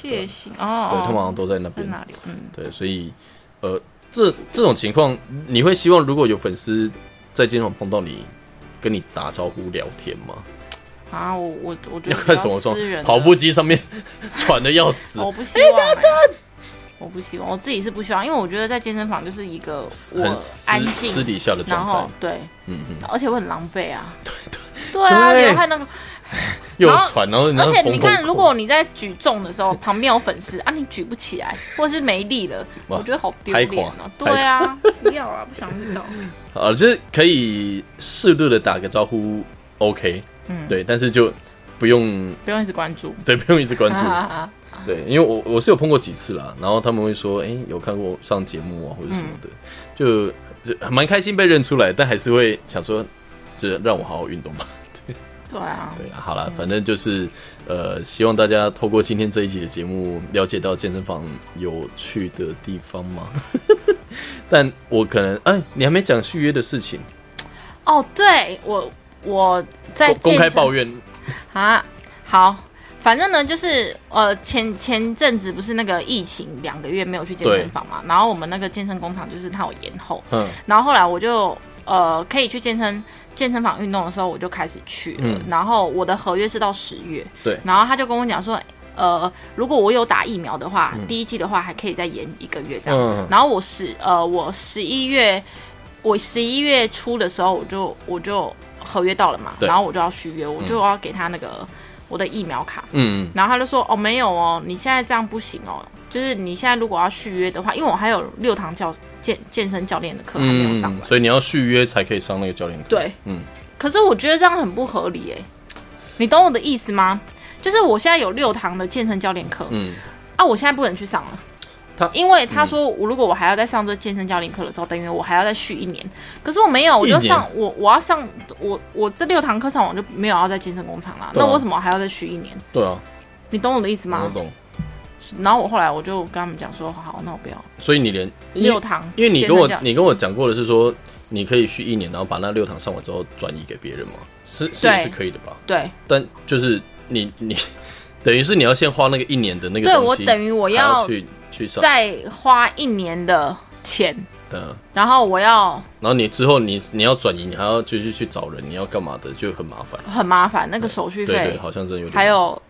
[SPEAKER 1] 谢谢哦，
[SPEAKER 2] 对，
[SPEAKER 1] 哦
[SPEAKER 2] 他们好像都在那
[SPEAKER 1] 在
[SPEAKER 2] 边。
[SPEAKER 1] 哪里？嗯，
[SPEAKER 2] 对，所以呃，这这种情况，你会希望如果有粉丝在街上碰到你，跟你打招呼聊天吗？
[SPEAKER 1] 啊，我我我觉得
[SPEAKER 2] 要看什么状
[SPEAKER 1] 比较私人的哦
[SPEAKER 2] 跑步机上哎面 喘的要死，
[SPEAKER 1] 我不希望、欸。我不希望，我自己是不希望，因为我觉得在健身房就是一个我
[SPEAKER 2] 很私
[SPEAKER 1] 安
[SPEAKER 2] 私
[SPEAKER 1] 静，
[SPEAKER 2] 底下的
[SPEAKER 1] 然
[SPEAKER 2] 状
[SPEAKER 1] 后
[SPEAKER 2] 态，
[SPEAKER 1] 对，
[SPEAKER 2] 嗯嗯，
[SPEAKER 1] 而且我很狼狈啊。对对对啊，
[SPEAKER 2] 对
[SPEAKER 1] 流汗那个，
[SPEAKER 2] 又有
[SPEAKER 1] 然后
[SPEAKER 2] 喘，然后
[SPEAKER 1] 而且你
[SPEAKER 2] 然后
[SPEAKER 1] 看，
[SPEAKER 2] 缝
[SPEAKER 1] 如果你在举重的时候，旁边有粉丝啊，你举不起来，或者是没力了，
[SPEAKER 2] 哇
[SPEAKER 1] 我觉得好丢脸
[SPEAKER 2] 拍
[SPEAKER 1] 啊
[SPEAKER 2] 垮。
[SPEAKER 1] 对啊，不要啊，不想遇 到。
[SPEAKER 2] 啊，呃就是可以适度的打个招呼，OK，
[SPEAKER 1] 嗯，，
[SPEAKER 2] 对，但是就不用
[SPEAKER 1] 不用一直关注，
[SPEAKER 2] 对不用一直关注，
[SPEAKER 1] 哈哈哈
[SPEAKER 2] 对，因为我我是有碰过几次啦，然后他们会说，哎、有看过上节目啊或者什
[SPEAKER 1] 嗯
[SPEAKER 2] 么的，就就蛮开心被认出来，但还是会想说，就是让我好好运动吧。
[SPEAKER 1] 对啊，
[SPEAKER 2] 对啊，好啦，反正就是呃，希望大家透过今天这一集的节目，了解到健身房有趣的地方嘛。 但我可能，哎、你还没讲续约的事情，
[SPEAKER 1] 哦，对我我在
[SPEAKER 2] 公公开
[SPEAKER 1] 健身
[SPEAKER 2] 抱怨，
[SPEAKER 1] 啊，好，反正呢，就是呃，前前阵子不是那个疫情两个月没有去健
[SPEAKER 2] 对
[SPEAKER 1] 身房嘛，然后我们那个健身工厂就是它有延后，
[SPEAKER 2] 嗯，
[SPEAKER 1] 然后后来我就呃可以去健身健身房运动的时候，我就开始去了，
[SPEAKER 2] 嗯
[SPEAKER 1] 然后我的合约是到十月，
[SPEAKER 2] 对
[SPEAKER 1] 然后他就跟我讲说，呃，如果我有打疫苗的话，第一季的话还可以再延一个月这样，
[SPEAKER 2] 嗯
[SPEAKER 1] 然后我十呃我十一月我十一月初的时候我就我就合约到了嘛，
[SPEAKER 2] 对
[SPEAKER 1] 然后我就要续约，我就要给他那个我的疫苗卡，
[SPEAKER 2] 嗯，
[SPEAKER 1] 然后他就说哦没有哦，你现在这样不行哦，就是你现在如果要续约的话，因为我还有六堂教健健身教练的课还没有上
[SPEAKER 2] 嗯，
[SPEAKER 1] 完，
[SPEAKER 2] 所以你要续约才可以上那个教练课，，
[SPEAKER 1] 对，
[SPEAKER 2] 嗯，
[SPEAKER 1] 可是我觉得这样很不合理哎，你懂我的意思吗？就是我现在有六堂的健身教练课，
[SPEAKER 2] 嗯，
[SPEAKER 1] 啊，我现在不能去上了。
[SPEAKER 2] 他嗯
[SPEAKER 1] 因为他说，我如果我还要再上这健身教练课的时候，等于我还要再续一年。可是我没有，我
[SPEAKER 2] 一
[SPEAKER 1] 就
[SPEAKER 2] 年
[SPEAKER 1] 上我我要上我我这六堂课上完就没有要在健身工厂啦。
[SPEAKER 2] 对
[SPEAKER 1] 那
[SPEAKER 2] 啊
[SPEAKER 1] 我为什么还要再续一年？
[SPEAKER 2] 对啊，
[SPEAKER 1] 你懂我的意思
[SPEAKER 2] 我
[SPEAKER 1] 吗？
[SPEAKER 2] 懂。
[SPEAKER 1] 然后我后来我就跟他们讲说，好，那我不要
[SPEAKER 2] 所以你连
[SPEAKER 1] 六堂
[SPEAKER 2] 因为你
[SPEAKER 1] 健
[SPEAKER 2] 跟
[SPEAKER 1] 身
[SPEAKER 2] 我
[SPEAKER 1] 教
[SPEAKER 2] 你跟我讲过的是说，你可以续一年，然后把那六堂上完之后转移给别人嘛，是是
[SPEAKER 1] 对
[SPEAKER 2] 也是可以的吧？
[SPEAKER 1] 对
[SPEAKER 2] 但就是你你等于是你要先花那个一年的那个
[SPEAKER 1] 对，
[SPEAKER 2] 东
[SPEAKER 1] 我
[SPEAKER 2] 西，
[SPEAKER 1] 等于我
[SPEAKER 2] 还要
[SPEAKER 1] 要
[SPEAKER 2] 去去上
[SPEAKER 1] 再花一年的钱，
[SPEAKER 2] 的，
[SPEAKER 1] 然后我要
[SPEAKER 2] 然后你之后你你要转移，你还要继续去找人，你要干嘛的就很麻烦。
[SPEAKER 1] 很麻烦，那个手续
[SPEAKER 2] 对对，
[SPEAKER 1] 费
[SPEAKER 2] 好像真的有点。
[SPEAKER 1] 还有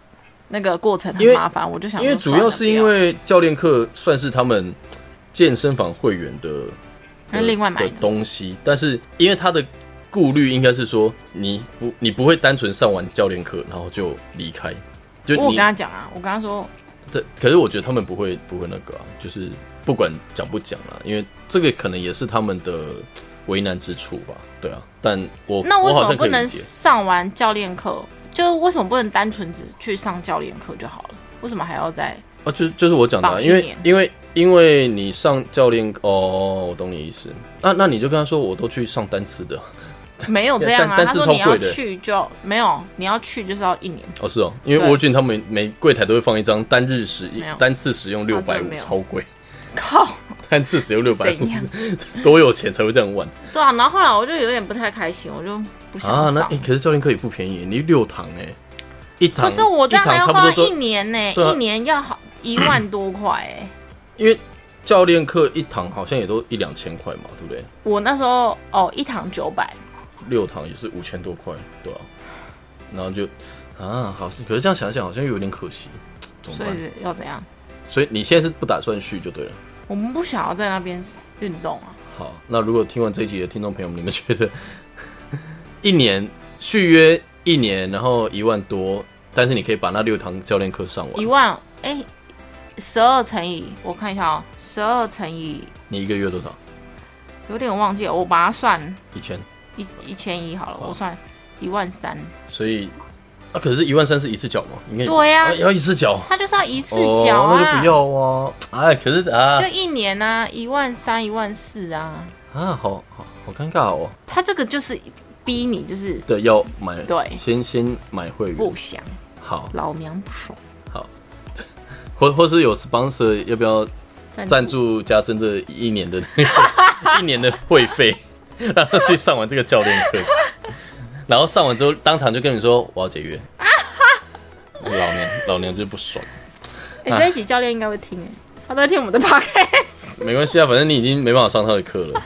[SPEAKER 1] 那个过程很
[SPEAKER 2] 因为
[SPEAKER 1] 麻烦，我就想
[SPEAKER 2] 因为
[SPEAKER 1] 说
[SPEAKER 2] 主
[SPEAKER 1] 算
[SPEAKER 2] 要
[SPEAKER 1] 了
[SPEAKER 2] 是
[SPEAKER 1] 不
[SPEAKER 2] 因为教练课算是他们健身房会员的
[SPEAKER 1] 还是另外买
[SPEAKER 2] 的
[SPEAKER 1] 的
[SPEAKER 2] 东西，但是因为他的顾虑应该是说，你不你不会单纯上完教练课然后就离开，就
[SPEAKER 1] 我有
[SPEAKER 2] 你
[SPEAKER 1] 跟他讲啊，我跟他说
[SPEAKER 2] 这可是我觉得他们不会不会那个啊，就是不管讲不讲啊，因为这个可能也是他们的嘖为难之处吧，对啊，但我
[SPEAKER 1] 那为
[SPEAKER 2] 我
[SPEAKER 1] 什
[SPEAKER 2] 好
[SPEAKER 1] 么
[SPEAKER 2] 像
[SPEAKER 1] 不
[SPEAKER 2] 可以
[SPEAKER 1] 能
[SPEAKER 2] 理解，
[SPEAKER 1] 上完教练课？就为什么不能单纯只去上教练课就好了？为什么还要再？
[SPEAKER 2] 啊，就是就是我讲的、啊，
[SPEAKER 1] 绑一
[SPEAKER 2] 因为
[SPEAKER 1] 年
[SPEAKER 2] 因为因为你上教练哦，我懂你意思。那那你就跟他说，我都去上单次的。
[SPEAKER 1] 没有这样啊？
[SPEAKER 2] 但但
[SPEAKER 1] 他
[SPEAKER 2] 是
[SPEAKER 1] 说你
[SPEAKER 2] 超
[SPEAKER 1] 要
[SPEAKER 2] 贵的
[SPEAKER 1] 去就没有，你要去就是要一年。
[SPEAKER 2] 哦，是哦，因为
[SPEAKER 1] 对
[SPEAKER 2] 沃郡他们每柜台都会放一张单日使
[SPEAKER 1] 没有
[SPEAKER 2] 单次使用六
[SPEAKER 1] 啊
[SPEAKER 2] 百
[SPEAKER 1] 真的
[SPEAKER 2] 五，
[SPEAKER 1] 没有
[SPEAKER 2] 超贵，
[SPEAKER 1] 靠，
[SPEAKER 2] 单次使用六百
[SPEAKER 1] 怎
[SPEAKER 2] 五，
[SPEAKER 1] 样？
[SPEAKER 2] 多有钱才会这样玩
[SPEAKER 1] 对啊，然后后来我就有点不太开心，我就不想
[SPEAKER 2] 啊？
[SPEAKER 1] 上。
[SPEAKER 2] 那、欸、可是教练课也不便宜，你六堂哎、一堂
[SPEAKER 1] 可是我这样还
[SPEAKER 2] 一
[SPEAKER 1] 要
[SPEAKER 2] 堂差不
[SPEAKER 1] 花
[SPEAKER 2] 多
[SPEAKER 1] 一
[SPEAKER 2] 都，
[SPEAKER 1] 年呢、
[SPEAKER 2] 对啊
[SPEAKER 1] 一年要好一万多块哎、
[SPEAKER 2] 因为教练课一堂好像也都一两千块嘛，对不对？
[SPEAKER 1] 我那时候哦，一堂九百，
[SPEAKER 2] 六堂也是五千多块，对啊，然后就啊，好，可是这样想想好像又有点可惜，怎么
[SPEAKER 1] 所
[SPEAKER 2] 办？
[SPEAKER 1] 以要怎样？
[SPEAKER 2] 所以你现在是不打算续就对了。
[SPEAKER 1] 我们不想要在那边运动啊。
[SPEAKER 2] 好，那如果听完这一集的听众朋友们，你们觉得 一年续约一年，然后一万多，但是你可以把那六堂教练课上
[SPEAKER 1] 一
[SPEAKER 2] 完，
[SPEAKER 1] 万哎，十、二乘以我看一下哦，十二乘以
[SPEAKER 2] 你一个月多少？
[SPEAKER 1] 有点忘记了，我把它算
[SPEAKER 2] 一千。
[SPEAKER 1] 一一千一好了，
[SPEAKER 2] 哇
[SPEAKER 1] 我算一万三，
[SPEAKER 2] 所以啊，可是一万三是一次缴吗？应该
[SPEAKER 1] 对呀
[SPEAKER 2] 啊要一次缴。
[SPEAKER 1] 他就是要一次缴
[SPEAKER 2] 哦，那
[SPEAKER 1] 啊，
[SPEAKER 2] 就不要啊！哎，可是啊
[SPEAKER 1] 就一年啊，一万三一万四啊，
[SPEAKER 2] 啊，好好好尴尬哦。
[SPEAKER 1] 他这个就是。逼你，就是
[SPEAKER 2] 对，要买，
[SPEAKER 1] 对
[SPEAKER 2] 先先买会员
[SPEAKER 1] 不，想，
[SPEAKER 2] 好
[SPEAKER 1] 老娘不爽。
[SPEAKER 2] 好，或或是有 sponsor 要不要
[SPEAKER 1] 啊
[SPEAKER 2] 赞助家珍这一年的 那个一年的会费， 让他去上完这个教练课，然后上完之后当场就跟你说我要解约，老娘老娘就不爽，
[SPEAKER 1] 哎、这一集教练应该会听哎、他都在听我们的 podcast，
[SPEAKER 2] 没关系啊，反正你已经没办法上他的课了，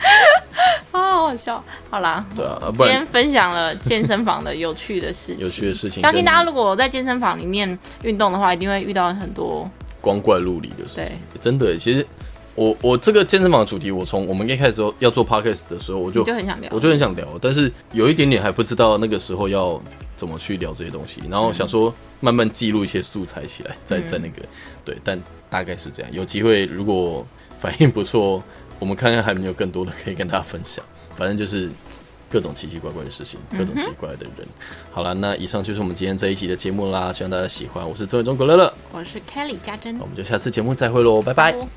[SPEAKER 1] 啊，好好笑。好啦，
[SPEAKER 2] 对啊，不
[SPEAKER 1] 今
[SPEAKER 2] 然
[SPEAKER 1] 天分享了健身房的有趣的事情，
[SPEAKER 2] 有趣的事情
[SPEAKER 1] 相信
[SPEAKER 2] 跟
[SPEAKER 1] 大家如果在健身房里面运动的话，一定会遇到很多
[SPEAKER 2] 光怪陆离的事情
[SPEAKER 1] 对。
[SPEAKER 2] 真的耶，欸其实我我这个健身房的主题，我从我们一开始说要做 podcast 的时候，我就
[SPEAKER 1] 你就很想聊
[SPEAKER 2] 我就很想聊，但是有一点点还不知道那个时候要怎么去聊这些东西，然后想说慢慢记录一些素材起来，在在那个、对，但大概是这样。有机会如果反应不错，我们看看还有没有更多的可以跟大家分享。反正就是各种奇奇怪怪的事情，各种奇怪的人。好了，那以上就是我们今天这一期的节目啦，希望大家喜欢。我是周伟中国乐乐，
[SPEAKER 1] 我是 Kelly 家珍
[SPEAKER 2] 我，们就下次节目再会喽，拜拜。
[SPEAKER 1] 好